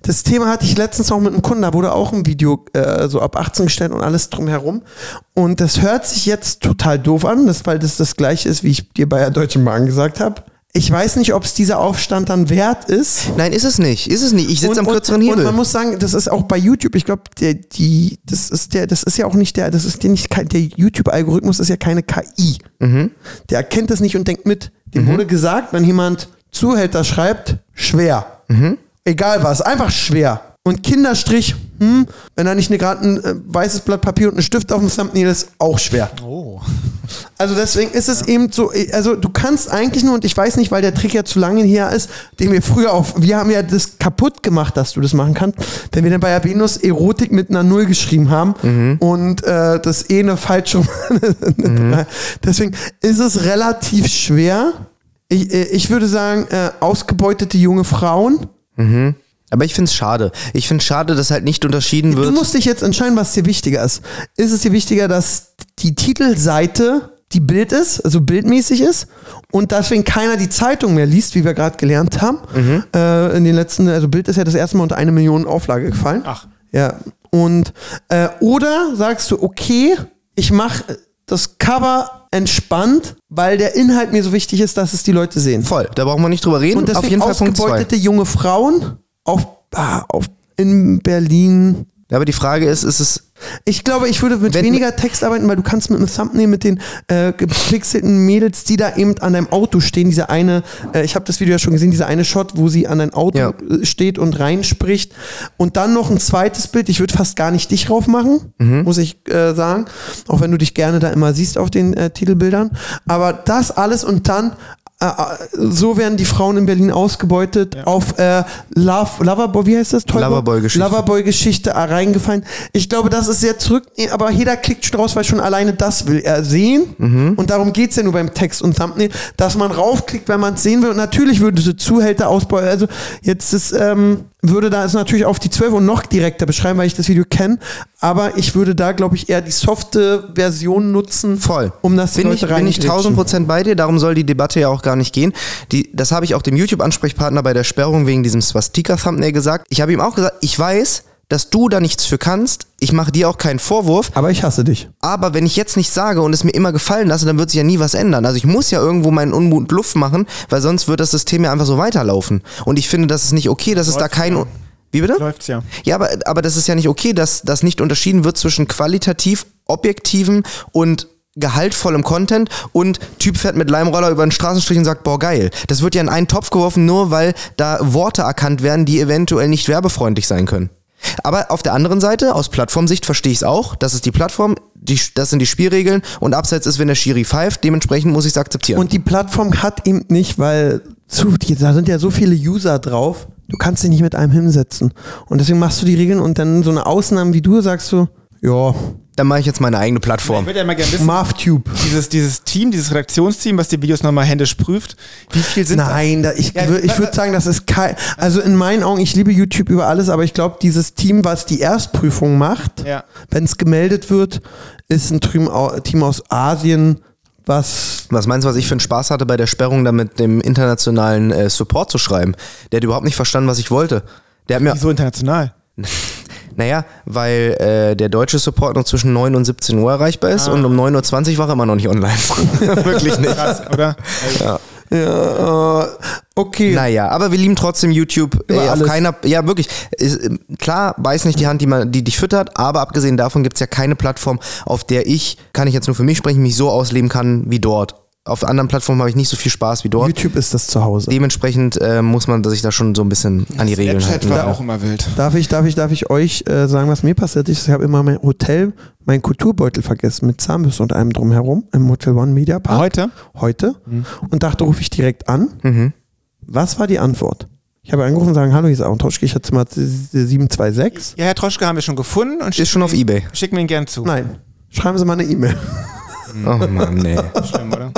das Thema hatte ich letztens auch mit einem Kunden, da wurde auch ein Video äh, so ab 18 gestellt und alles drumherum. Und das hört sich jetzt total doof an, das, weil das das gleiche ist, wie ich dir bei der Deutschen Bahn gesagt habe. Ich weiß nicht, ob es dieser Aufstand dann wert ist. Nein, ist es nicht. Ist es nicht. Ich sitze am kürzeren und, und Hebel. man muss sagen, das ist auch bei YouTube, ich glaube, der, die, das ist der, das ist ja auch nicht der, das ist der nicht, kein- der YouTube-Algorithmus ist ja keine KI. Mhm. Der erkennt das nicht und denkt mit. Dem wurde gesagt, wenn jemand Zuhälter schreibt, schwer. Mhm. Egal was, einfach schwer. Und Kinderstrich, hm, wenn da nicht eine- gerade ein äh, weißes Blatt Papier und ein Stift auf dem Thumbnail ist, auch schwer. Oh. Also deswegen ist es eben so, also du kannst eigentlich nur, und ich weiß nicht, weil der Trick ja zu lange hier ist, den wir früher auf, wir haben ja das kaputt gemacht, dass du das machen kannst, wenn wir dann bei Venus Erotik mit einer Null geschrieben haben und äh, das eh eine falsche Deswegen ist es relativ schwer. Ich, äh, ich würde sagen, äh, ausgebeutete junge Frauen. Aber ich finde es schade. Ich finde es schade, dass halt nicht unterschieden Du wird. musst dich jetzt entscheiden, was dir wichtiger ist. Ist es dir wichtiger, dass die Titelseite die Bild ist, also bildmäßig ist und deswegen keiner die Zeitung mehr liest, wie wir gerade gelernt haben. Mhm. Äh, in den letzten, also Bild ist ja das erste Mal unter eine Million Auflage gefallen. Ach. Ja. Und äh, oder sagst du, okay, ich mache das Cover entspannt, weil der Inhalt mir so wichtig ist, dass es die Leute sehen. Voll. Da brauchen wir nicht drüber reden. Und deswegen Auf jeden Fall Punkt zwei. ausgebeutete junge Frauen auf, ah, auf in Berlin Aber die Frage ist, ist es ich glaube, ich würde mit Wenn- weniger Text arbeiten, weil du kannst mit einem Thumbnail mit den äh, gepixelten Mädels, die da eben an deinem Auto stehen, diese eine, äh, ich habe das Video ja schon gesehen, dieser eine Shot, wo sie an dein Auto Ja. äh, steht und reinspricht. Und dann noch ein zweites Bild, ich würde fast gar nicht dich drauf machen, Mhm. muss ich äh, sagen, auch wenn du dich gerne da immer siehst auf den äh, Titelbildern. Aber das alles und dann äh, äh, so werden die Frauen in Berlin ausgebeutet auf äh, Love, Loverboy, wie heißt das? Toyboy? Loverboy-Geschichte. Loverboy-Geschichte reingefallen. Ich glaube, das ist sehr zurück, aber jeder klickt schon raus, weil schon alleine das will er sehen. Mhm. Und darum geht's ja nur beim Text und Thumbnail, dass man raufklickt, wenn man es sehen will. Und natürlich würde so Zuhälter ausbeuten. Also jetzt ist, ähm, würde da es natürlich auf die 12 und noch direkter beschreiben, weil ich das Video kenne. Aber ich würde da, glaube ich, eher die softe Version nutzen, Voll. um das die bin Leute ich, bin ich reinkriegen. 1000 Prozent bei dir, darum soll die Debatte ja auch gar nicht gehen. Die, das habe ich auch dem YouTube-Ansprechpartner bei der Sperrung wegen diesem Swastika-Thumbnail gesagt. Ich habe ihm auch gesagt, ich weiß, dass du da nichts für kannst. Ich mache dir auch keinen Vorwurf. Aber ich hasse dich. Aber wenn ich jetzt nichts sage und es mir immer gefallen lasse, dann wird sich ja nie was ändern. Also ich muss ja irgendwo meinen Unmut Luft machen, weil sonst wird das System ja einfach so weiterlaufen. Und ich finde, das ist nicht okay, dass es da Läuft kein... Wie bitte? Läuft's ja. Ja, aber, aber das ist ja nicht okay, dass, dass nicht unterschieden wird zwischen qualitativ, objektivem und gehaltvollem Content und Typ fährt mit Leimroller über den Straßenstrich und sagt, boah, geil. Das wird ja in einen Topf geworfen, nur weil da Worte erkannt werden, die eventuell nicht werbefreundlich sein können. Aber auf der anderen Seite, aus Plattformsicht verstehe ich es auch. Das ist die Plattform, die, das sind die Spielregeln und abseits ist, wenn der Schiri pfeift, dementsprechend muss ich es akzeptieren. Und die Plattform hat eben nicht, weil zu, die, da sind ja so viele User drauf, du kannst dich nicht mit einem hinsetzen. Und deswegen machst du die Regeln und dann so eine Ausnahme wie du sagst du, ja, dann mache ich jetzt meine eigene Ich Plattform. würde ja mal gerne wissen, MarvTube. dieses, dieses Team, dieses Redaktionsteam, was die Videos nochmal händisch prüft, wie viel sind Nein, da, ich, Ja, wür- ich würde sagen, das ist kein, also in meinen Augen, ich liebe YouTube über alles, aber ich glaube, dieses Team, was die Erstprüfung macht, das? Ja. wenn es gemeldet wird, ist ein Team au- Team aus Asien, was Was meinst du, was ich für einen Spaß hatte bei der Sperrung, da mit dem internationalen äh, Support zu schreiben? Der hat überhaupt nicht verstanden, was ich wollte. Der hat mir, Wieso international? naja, weil äh, der deutsche Support noch zwischen 9 und 17 Uhr erreichbar ist Ah. und um 9.20 Uhr war er immer noch nicht online. Wirklich nicht. Krass, oder? Also, Ja, äh, okay. Naja, aber wir lieben trotzdem YouTube. Über Äh, auf alles. keiner, ja, wirklich. Ist, äh, klar, weiß nicht die Hand, die, man, die dich füttert, aber abgesehen davon gibt's ja keine Plattform, auf der ich, kann ich jetzt nur für mich sprechen, mich so ausleben kann wie dort. Auf anderen Plattformen habe ich nicht so viel Spaß wie dort. YouTube ist das Zuhause. Dementsprechend äh, muss man sich da schon so ein bisschen an die Regeln Snapchat halten. war Ja. auch immer wild. Darf ich, darf ich, darf ich euch äh, sagen, was mir passiert ist? Ich habe immer mein Hotel, meinen Kulturbeutel vergessen mit Zahnbürste und allem drumherum im Hotel One Media Park. Heute? Heute. Und dachte, rufe ich direkt an. Was war die Antwort? Ich habe angerufen und sagen, hallo, hier ist Aaron Troschke, ich hatte Zimmer 726. Ja, Herr Troschke haben wir schon gefunden und Ist schon auf Ebay. schicken wir ihn gern zu. Nein, schreiben Sie mal eine E-Mail. Oh Mann, nee. Schlimm, oder?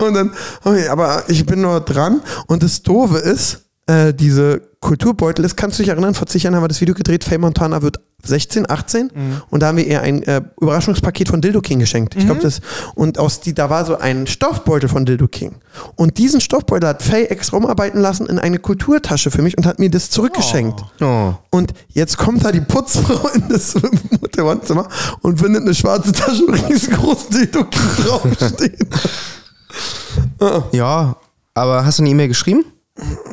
Und dann, okay, aber ich bin nur dran. Und das Doofe ist, äh, diese Kulturbeutel ist, kannst du dich erinnern, vor zig Jahren haben wir das Video gedreht, Faye Montana wird 16, 18 und da haben wir ihr ein äh, Überraschungspaket von Dildo King geschenkt. Ich glaube das und aus die da war so ein Stoffbeutel von Dildo King und diesen Stoffbeutel hat Faye extra umarbeiten lassen in eine Kulturtasche für mich und hat mir das zurückgeschenkt. Oh. Und jetzt kommt da die Putzfrau in das Mutterwohnzimmer und findet eine schwarze Tasche mit riesengroßen Dildo King draufstehen. Ja, aber hast du eine E-Mail geschrieben?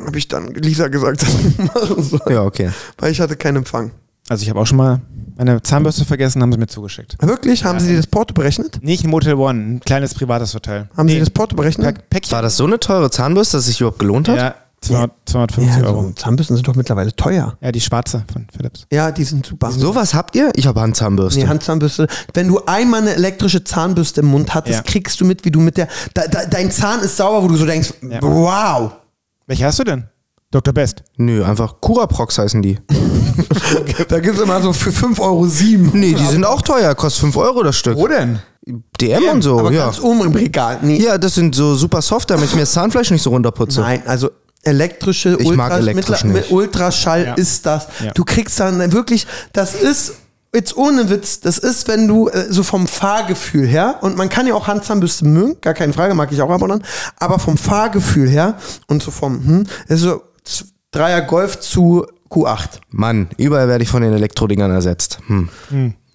habe ich dann Lisa gesagt, dass ich machen soll. Ja, okay. Weil ich hatte keinen Empfang. Also ich habe auch schon mal meine Zahnbürste vergessen, haben sie mir zugeschickt. Wirklich? Haben Sie das Porto berechnet? Nicht ein Motel One, ein kleines privates Hotel. Haben Sie das Porto berechnet? Pack- Päckchen? War das so eine teure Zahnbürste, dass es sich überhaupt gelohnt hat? Ja, 200, 250 Euro. also Zahnbürsten sind doch mittlerweile teuer. Ja, die schwarze von Philips. Ja, die sind super. Sowas habt ihr? Ich habe Handzahnbürste. Nee, Handzahnbürste. Wenn du einmal eine elektrische Zahnbürste im Mund hattest, Ja. kriegst du mit, wie du mit der. Da, da, dein Zahn ist sauer, wo du so denkst, wow. Welche hast du denn? Dr. Best. Nö, einfach Curaprox heißen die. Da gibt es immer so für 5,07 Euro. Sieben. Nee, die sind auch teuer, kostet 5 Euro das Stück. denn? DM und so, Aber ja. ganz oben im Regal. Nee. Ja, das sind so super soft, damit ich mir das Zahnfleisch nicht so runterputze. Nein, also elektrische Ich mag Ultras- elektrisch Mittler- nicht. Ultraschall Ja. ist das. Ja. Du kriegst dann wirklich, das ist jetzt ohne Witz, das ist, wenn du äh, so vom Fahrgefühl her, und man kann ja auch Handzahnbürste mögen, gar keine Frage, mag ich auch abonnieren, aber vom Fahrgefühl her und so vom, hm, ist so z- Dreier Golf zu Q8. Mann, überall werde ich von den Elektrodingern ersetzt. Hm.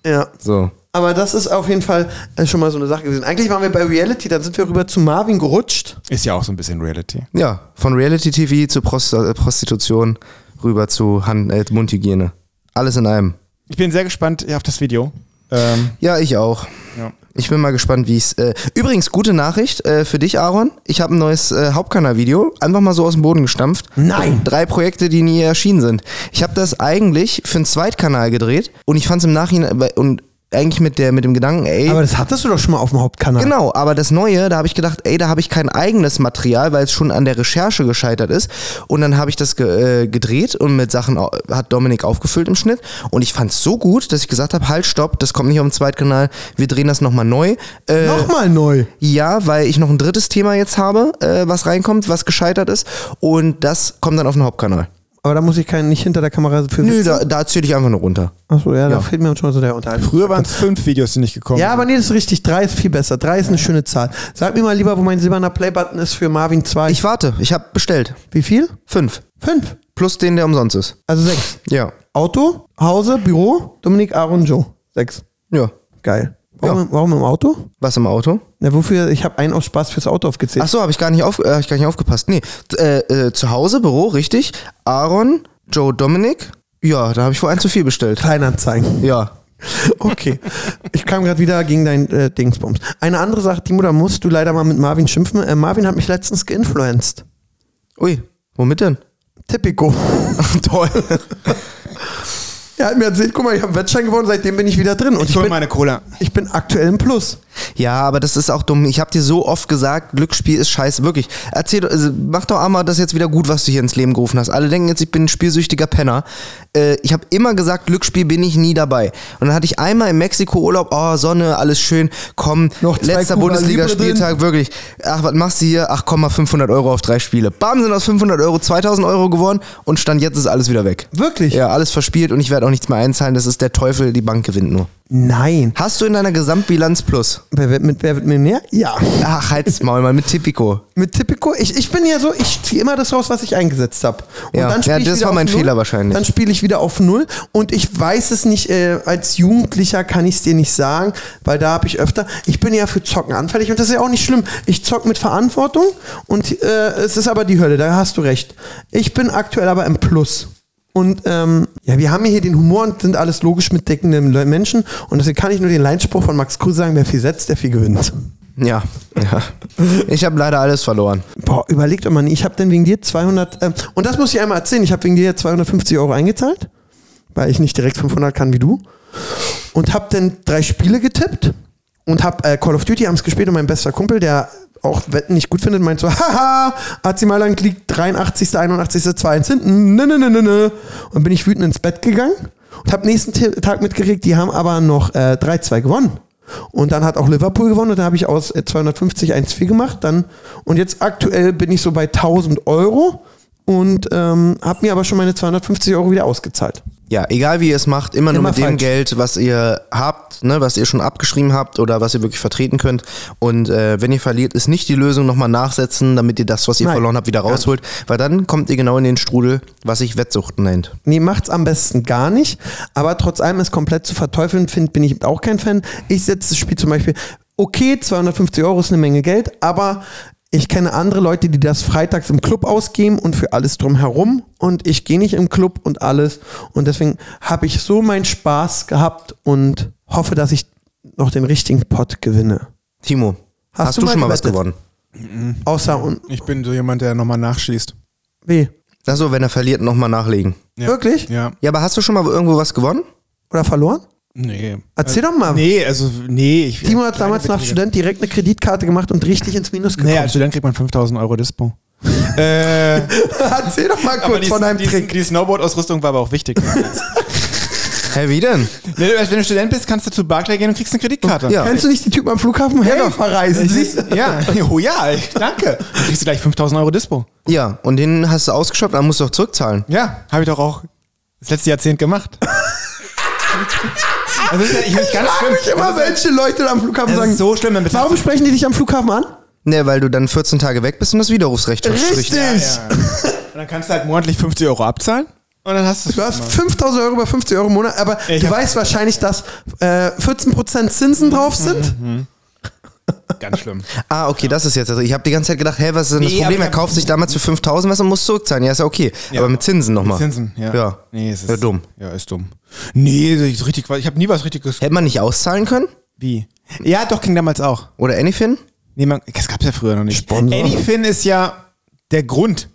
Ja. So. Aber das ist auf jeden Fall äh, schon mal so eine Sache gewesen. Eigentlich waren wir bei Reality, dann sind wir rüber zu Marvin gerutscht. Ist ja auch so ein bisschen Reality. Ja, von Reality TV zu Prost äh, Prostitution rüber zu Hand äh, Mundhygiene. Alles in einem. Ich bin sehr gespannt ja, auf das Video. Ähm, Ja, ich auch. ja. Ich bin mal gespannt, wie es. Äh, übrigens, gute Nachricht äh, für dich, Aaron. Ich habe ein neues äh, Hauptkanal-Video, einfach mal so aus dem Boden gestampft. Nein. Drei Projekte, die nie erschienen sind. Ich habe das eigentlich für einen Zweitkanal gedreht und ich fand es im Nachhinein bei- und eigentlich mit der mit dem Gedanken, ey. Aber das hattest du doch schon mal auf dem Hauptkanal. Genau, aber das Neue, da habe ich gedacht, ey, da habe ich kein eigenes Material, weil es schon an der Recherche gescheitert ist. Und dann habe ich das ge äh, gedreht und mit Sachen au- hat Dominik aufgefüllt im Schnitt. Und ich fand es so gut, dass ich gesagt habe, halt, stopp, das kommt nicht auf dem Zweitkanal, wir drehen das nochmal neu. Äh, Nochmal neu. ja, weil ich noch ein drittes Thema jetzt habe, äh, was reinkommt, was gescheitert ist. Und das kommt dann auf den Hauptkanal. Aber da muss ich keinen, nicht hinter der Kamera für. Nö, da, da zähle ich einfach nur runter. Achso, ja, da fehlt mir schon so der Unterhalt. Früher waren es fünf Videos, die nicht gekommen Ja, sind. aber nee, das ist richtig. Drei ist viel besser. Drei ist eine schöne Zahl. Sag mir mal lieber, wo mein silberner Playbutton ist für Marvin 2. Ich warte, ich habe bestellt. Wie viel? Fünf. Fünf. Plus den, der umsonst ist. Also sechs. Ja. Auto, Hause, Büro, Dominik, Aaron, Joe. Sechs. Ja. Geil. Warum, im- warum im Auto? Was im Auto? Na, wofür? Ich habe einen aus Spaß fürs Auto aufgezählt. Ach so, habe ich gar nicht auf, äh, hab ich gar nicht aufgepasst. Nee, Z- äh, äh, zu Hause Büro, richtig. Aaron, Joe, Dominic. Ja, da habe ich wohl ein zu viel bestellt. Kleinanzeigen. Ja. Okay. Ich kam gerade wieder gegen dein äh, Dingsbums. Eine andere Sache, Timo, da musst du leider mal mit Marvin schimpfen. Äh, Marvin hat mich letztens geinfluenced. Ui, womit denn? Typico. Toll. Er hat mir erzählt, guck mal, ich habe einen Wettschein gewonnen, seitdem bin ich wieder drin. Und ich, hol bin, meine Cola. ich bin aktuell im Plus. Ja, aber das ist auch dumm. Ich habe dir so oft gesagt, Glücksspiel ist scheiße, wirklich. Erzähl, doch- also mach doch einmal das jetzt wieder gut, was du hier ins Leben gerufen hast. Alle denken jetzt, ich bin ein spielsüchtiger Penner. Äh, ich habe immer gesagt, Glücksspiel bin ich nie dabei. Und dann hatte ich einmal im Mexiko Urlaub, oh Sonne, alles schön, komm, Noch zwei letzter Cuba Bundesligaspieltag, wirklich. Ach, was machst du hier? Ach, komm mal 500 Euro auf drei Spiele. Bam, sind aus 500 Euro 2000 Euro geworden und stand jetzt ist alles wieder weg. Wirklich? Ja, alles verspielt und ich werde auch nichts mehr einzahlen. Das ist der Teufel, die Bank gewinnt nur. Nein. Hast du in deiner Gesamtbilanz Plus? Wer wird, mit, wer wird Millionär? Ja. Ach, halt's Maul mal mit Tipico. Mit Tipico, ich, ich bin ja so, ich ziehe immer das raus, was ich eingesetzt habe. Und Ja. spiel Ja, das wieder war auf mein Null. Fehler wahrscheinlich. Dann spiele ich wieder auf Null und ich weiß es nicht, äh, als Jugendlicher kann ich es dir nicht sagen, weil da habe ich öfter, ich bin ja für Zocken anfällig und das ist ja auch nicht schlimm. Ich zock mit Verantwortung und äh, es ist aber die Hölle, da hast du recht. Ich bin aktuell aber im Plus. Und ähm, ja, wir haben ja hier den Humor und sind alles logisch mit deckenden Le- Menschen. Und deswegen kann ich nur den Leitspruch von Max Kruse sagen, wer viel setzt, der viel gewinnt. Ja, ja. Ich habe leider alles verloren. Boah, überlegt doch mal, ich habe denn wegen dir 200, ähm, und das muss ich einmal erzählen, ich habe wegen dir 250 Euro eingezahlt, weil ich nicht direkt 500 kann wie du, und habe dann drei Spiele getippt und habe äh, Call of Duty abends gespielt und mein bester Kumpel, der auch Wetten nicht gut findet, meint so, haha, AC Mailand liegt 83., 81., 2-1 hinten, ne, ne, ne, ne, ne. Und bin ich wütend ins Bett gegangen und habe nächsten T- Tag mitgekriegt, die haben aber noch äh, 3-2 gewonnen. Und dann hat auch Liverpool gewonnen und dann habe ich aus äh, 250 1-4 gemacht. Dann, und jetzt aktuell bin ich so bei 1000 Euro und ähm, habe mir aber schon meine 250 Euro wieder ausgezahlt. Ja, egal wie ihr es macht, immer, nur Immer mit dem falsch. Geld, was ihr habt, ne, was ihr schon abgeschrieben habt oder was ihr wirklich vertreten könnt. Und äh, wenn ihr verliert, ist nicht die Lösung nochmal nachsetzen, damit ihr das, was ihr Nein. verloren habt, wieder rausholt. Weil dann kommt ihr genau in den Strudel, was ich Wettsucht nennt. Nee, macht's am besten gar nicht. Aber trotz allem es komplett zu verteufeln, find, bin ich auch kein Fan. Ich setze das Spiel zum Beispiel, okay, 250 Euro ist eine Menge Geld, aber ich kenne andere Leute, die das freitags im Club ausgeben und für alles drumherum. Und ich gehe nicht im Club und alles. Und deswegen habe ich so meinen Spaß gehabt und hoffe, dass ich noch den richtigen Pot gewinne. Timo, hast, Hast du, du mal schon mal was gewettet? gewonnen? Außer und Ich bin so jemand, der nochmal nachschießt. weh. Achso, wenn er verliert, nochmal nachlegen. Ja. Wirklich? Ja. Ja, aber hast du schon mal irgendwo was gewonnen? Oder verloren? Nee. Erzähl doch mal. Nee, also, nee. Ich, Timo hat damals nach Student direkt eine Kreditkarte gemacht und richtig ins Minus gekommen. Naja, als Student kriegt man 5000 Euro Dispo. äh, Erzähl doch mal kurz von deinem Trick. Die Snowboard-Ausrüstung war aber auch wichtig. Hä, wie denn? Wenn du, wenn du Student bist, kannst du zu Barclay gehen und kriegst eine Kreditkarte. Ja. Kennst du nicht die Typen am Flughafen hey, verreisen? Siehst du? Ja, oh ja, ich- danke. Dann kriegst du gleich 5000 Euro Dispo. Ja, und den hast du ausgeschöpft, dann musst du auch zurückzahlen. Ja, habe ich doch auch das letzte Jahrzehnt gemacht. Also, ist ja- ich weiß gar nicht Frag schlimm. Also, mich immer, welche Leute da am Flughafen Das sagen. ist so schlimm, dann bezahlst warum sprechen die dich am Flughafen an? Ne, weil du dann 14 Tage weg bist und das Widerrufsrecht verstrichen. Ja. Und dann kannst du halt monatlich 50 Euro abzahlen und dann hast du Du hast 5000 Euro über 50 Euro im Monat, aber Ich du hab- weißt wahrscheinlich, dass äh, 14% Zinsen drauf Mhm. sind. Ganz schlimm. Ah, okay, das ist jetzt. Also ich habe die ganze Zeit gedacht, hä, was ist denn das Nee, Problem? aber Er ich hab- kauft sich damals für 5000 was und muss zurückzahlen. Ja, ist ja okay. aber mit Zinsen nochmal. Zinsen, ja. Ja. Nee, es ist Ja, dumm. Ja, ist dumm. Nee, so- so richtig, ich habe nie was richtiges. Hätte man nicht auszahlen können? Wie? Ja, doch, ging damals auch. Oder anything? Nee, man, das gab's ja früher noch nicht. Sponsor. Anyfin ist ja der Grund,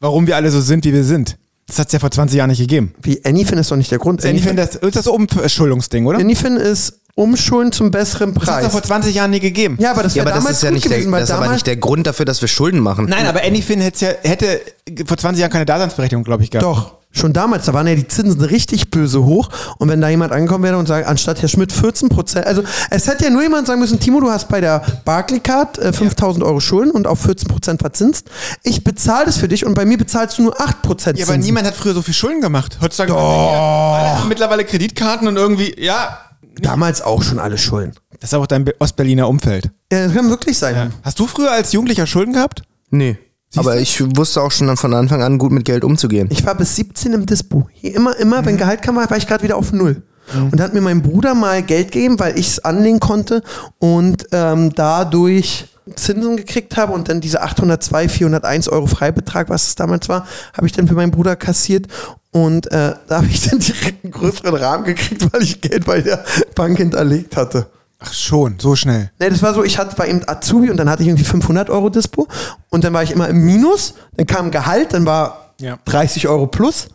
warum wir alle so sind, wie wir sind. Das hat's ja vor 20 Jahren nicht gegeben. Wie Anyfin ist doch nicht der Grund. Ist Anyfin das, ist das Umschuldungsding, oder? Anyfin ist Umschulen zum besseren Das hat's ja Preis. vor 20 Jahren nie gegeben. Ja, aber das Ja, wäre aber das damals ist ja gut nicht der, gewesen, weil das ist aber damals nicht der Grund dafür, dass wir Schulden machen. Nein, aber Anyfin hätt's ja, hätte vor 20 Jahren keine Daseinsberechtigung, glaube ich, gehabt. Doch, schon damals, da waren ja die Zinsen richtig böse hoch. Und wenn da jemand angekommen wäre und sagt, anstatt Herr Schmidt 14 Prozent, also es hätte ja nur jemand sagen müssen, Timo, du hast bei der Barclaycard äh, 5000 Euro Schulden und auf 14 Prozent verzinst. Ich bezahle das für dich und bei mir bezahlst du nur 8 Prozent Ja, aber niemand hat früher so viel Schulden gemacht. Heutzutage Alle haben mittlerweile Kreditkarten und irgendwie, ja. Damals auch schon alle Schulden. Das ist aber auch dein Be- Ostberliner Umfeld. Ja, das kann wirklich sein. Hast du früher als Jugendlicher Schulden gehabt? Nee. aber ich wusste auch schon dann von Anfang an, gut mit Geld umzugehen. Ich war bis 17 im Dispo. Hier immer, immer, wenn Gehalt kam, war ich gerade wieder auf Null. Und da hat mir mein Bruder mal Geld gegeben, weil ich es anlegen konnte und ähm, dadurch Zinsen gekriegt habe und dann diese 802, 401 Euro Freibetrag, was es damals war, habe ich dann für meinen Bruder kassiert und äh, da habe ich dann direkt einen größeren Rahmen gekriegt, weil ich Geld bei der Bank hinterlegt hatte. Ach schon, so schnell. Nee, das war so, ich hatte bei ihm Azubi und dann hatte ich irgendwie 500 Euro Dispo und dann war ich immer im Minus, dann kam Gehalt, dann war Ja. 30 Euro plus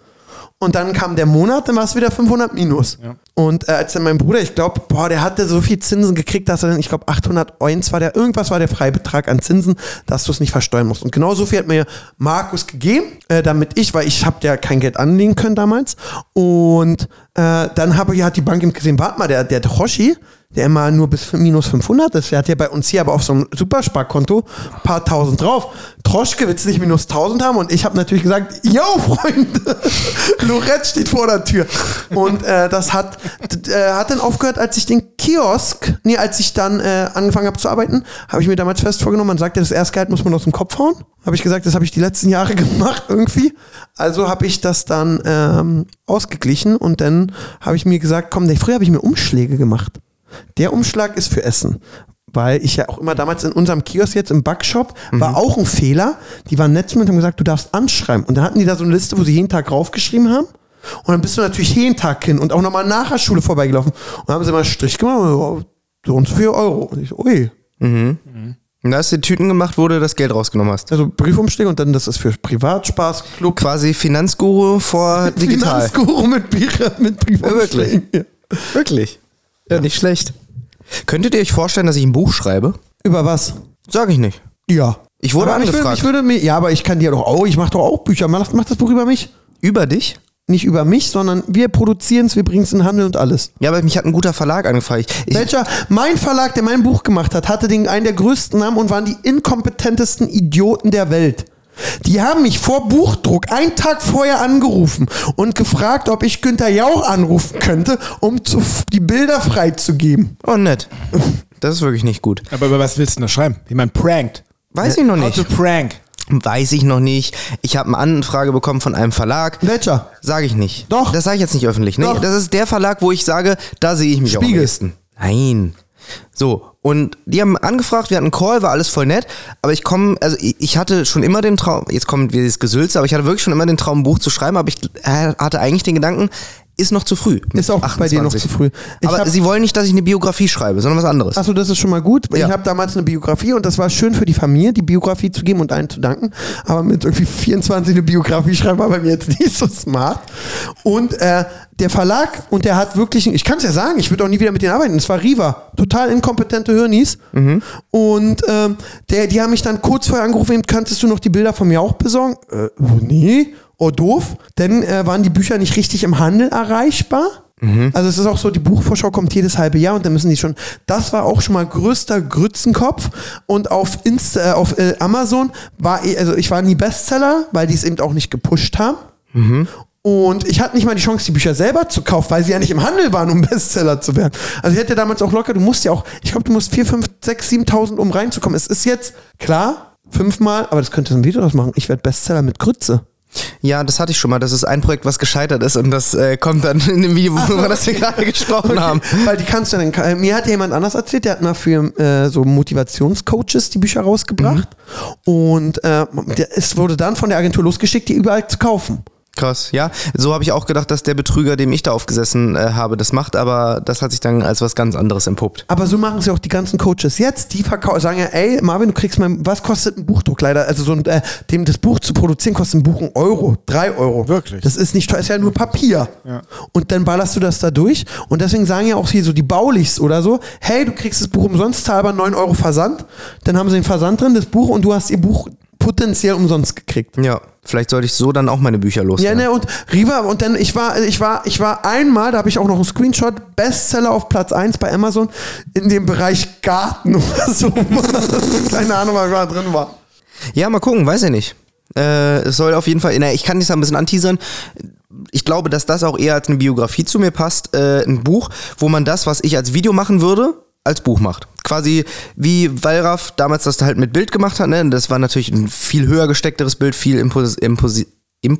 und dann kam der Monat, dann war es wieder 500 minus. Und äh, als dann mein Bruder, ich glaube, boah, der hatte so viel Zinsen gekriegt, dass er dann, ich glaube, 801 war der, irgendwas war der Freibetrag an Zinsen, dass du es nicht versteuern musst. Und genau so viel hat mir Markus gegeben, äh, damit ich, weil ich habe ja kein Geld anlegen können damals. Und äh, dann habe ich, hat die Bank eben gesehen, warte mal, der, der Hoshi, der immer nur bis minus 500 ist, der hat ja bei uns hier aber auf so einem Supersparkonto ein paar tausend drauf. Troschke willst nicht minus 1000 haben und ich habe natürlich gesagt, yo Freunde, Lorette steht vor der Tür. Und äh, das hat, d- äh, hat dann aufgehört, als ich den Kiosk, nee, als ich dann äh, angefangen habe zu arbeiten, habe ich mir damals fest vorgenommen, man sagt ja, das Erstgehalt muss man aus dem Kopf hauen. Habe ich gesagt, das habe ich die letzten Jahre gemacht irgendwie. Also habe ich das dann ähm, ausgeglichen und dann habe ich mir gesagt, komm, nee, früher habe ich mir Umschläge gemacht. Der Umschlag ist für Essen. Weil ich ja auch immer damals in unserem Kiosk jetzt im Backshop war auch ein Fehler. Die waren nett zu mir und haben gesagt, du darfst anschreiben. Und dann hatten die da so eine Liste, wo sie jeden Tag raufgeschrieben haben. Und dann bist du natürlich jeden Tag hin und auch nochmal nach der Schule vorbeigelaufen. Und dann haben sie mal einen Strich gemacht, oh, so und so viel Euro. Und ich, so, ui. Und da hast du die Tüten gemacht, wo du das Geld rausgenommen hast. Also Briefumschläge und dann, das ist für Privatspaß, Club, Quasi Finanzguru vor digital. Finanzguru mit, Bier, mit Briefumschlägen. Ja, Wirklich. Ja, nicht schlecht. Könntet ihr euch vorstellen, dass ich ein Buch schreibe? Über was? Sag ich nicht. Ja. Ich wurde aber angefragt. Ich würde, ich würde mir, ja, aber ich kann dir doch auch, ich mache doch auch Bücher. Mach, mach das Buch über mich. Über dich? Nicht über mich, sondern wir produzieren es, wir bringen es in den Handel und alles. Ja, aber mich hat ein guter Verlag angefragt. Ich, ich, Welcher? Mein Verlag, der mein Buch gemacht hat, hatte den, einen der größten Namen und waren die inkompetentesten Idioten der Welt. Die haben mich vor Buchdruck einen Tag vorher angerufen und gefragt, ob ich Günther Jauch anrufen könnte, um zu, die Bilder freizugeben. oh, nett. Das ist wirklich nicht gut. Aber über was willst du denn da schreiben? Jemand prankt. Weiß ich noch How to nicht. prank. Weiß ich noch nicht. Ich habe eine Anfrage bekommen von einem Verlag. Welcher? Sage ich nicht. Doch. Das sage ich jetzt nicht öffentlich. Nee, Doch. das ist der Verlag, wo ich sage, da sehe ich mich auch am Spiegel. ehesten. Nein. So, und die haben angefragt, wir hatten einen Call, war alles voll nett, aber ich komme, also ich, ich hatte schon immer den Traum, jetzt kommt wieder das Gesülze, aber ich hatte wirklich schon immer den Traum, ein Buch zu schreiben, aber ich äh, hatte eigentlich den Gedanken, ist noch zu früh. mit Ist auch bei dir noch zu früh. Ich aber hab- sie wollen nicht, dass ich eine Biografie schreibe, sondern was anderes. Achso, das ist schon mal gut. Ich Ja. habe damals eine Biografie und das war schön für die Familie, die Biografie zu geben und allen zu danken. Aber mit irgendwie 24 eine Biografie schreiben war bei mir jetzt nicht so smart. Und äh, der Verlag, und der hat wirklich, ich kann es ja sagen, ich würde auch nie wieder mit denen arbeiten. Es war Riva, total inkompetente Hirnis. Und ähm, der, die haben mich dann kurz vorher angerufen, eben, kannst du noch die Bilder von mir auch besorgen? Äh, nee. Oh, doof. Dann äh, waren die Bücher nicht richtig im Handel erreichbar. Also es ist auch so, die Buchvorschau kommt jedes halbe Jahr und dann müssen die schon, das war auch schon mal größter Grützenkopf und auf Insta, äh, auf äh, Amazon war, eh- also ich war nie Bestseller, weil die es eben auch nicht gepusht haben. Und ich hatte nicht mal die Chance, die Bücher selber zu kaufen, weil sie ja nicht im Handel waren, um Bestseller zu werden. Also ich hätte damals auch locker, du musst ja auch, ich glaube, du musst 4, 5, 6, 7.000, um reinzukommen. Es ist jetzt, klar, fünfmal, aber das könnte ein Video draus machen, ich werde Bestseller mit Grütze. Ja, das hatte ich schon mal. Das ist ein Projekt, was gescheitert ist und das äh, kommt dann in dem Video, worüber das wir gerade gesprochen haben. Weil die kannst du dann, äh, mir hat ja jemand anders erzählt, der hat mal für äh, so Motivationscoaches die Bücher rausgebracht Mhm. und äh, der, es wurde dann von der Agentur losgeschickt, die überall zu kaufen. Krass, ja. So habe ich auch gedacht, dass der Betrüger, dem ich da aufgesessen äh, habe, das macht, aber das hat sich dann als was ganz anderes entpuppt. Aber so machen sie auch die ganzen Coaches jetzt. Die verkaufen, sagen ja, ey, Marvin, du kriegst mein, was kostet ein Buchdruck leider? Also so ein, äh, dem das Buch zu produzieren kostet ein Buch ein Euro, drei Euro. Wirklich? Das ist nicht teuer, ist ja nur Papier. Und dann ballerst du das da durch. Und deswegen sagen ja auch hier so die Baulichs oder so, hey, du kriegst das Buch umsonst, zahl aber 9 Euro Versand. Dann haben sie den Versand drin, das Buch und du hast ihr Buch potenziell umsonst gekriegt. Ja, vielleicht sollte ich so dann auch meine Bücher Ja, loswerden. ne, und Riva, und dann, ich war, ich war, ich war einmal, da habe ich auch noch einen Screenshot, Bestseller auf Platz 1 bei Amazon in dem Bereich Garten oder so. Keine Ahnung, was da drin war. Ja, mal gucken, weiß ich nicht. Äh, es soll auf jeden Fall, na, ich kann dich da ein bisschen anteasern. Ich glaube, dass das auch eher als eine Biografie zu mir passt, äh, ein Buch, wo man das, was ich als Video machen würde, als Buch macht. Quasi wie Wallraff damals das halt mit Bild gemacht hat, ne? Das war natürlich ein viel höher gesteckteres Bild, viel impos impos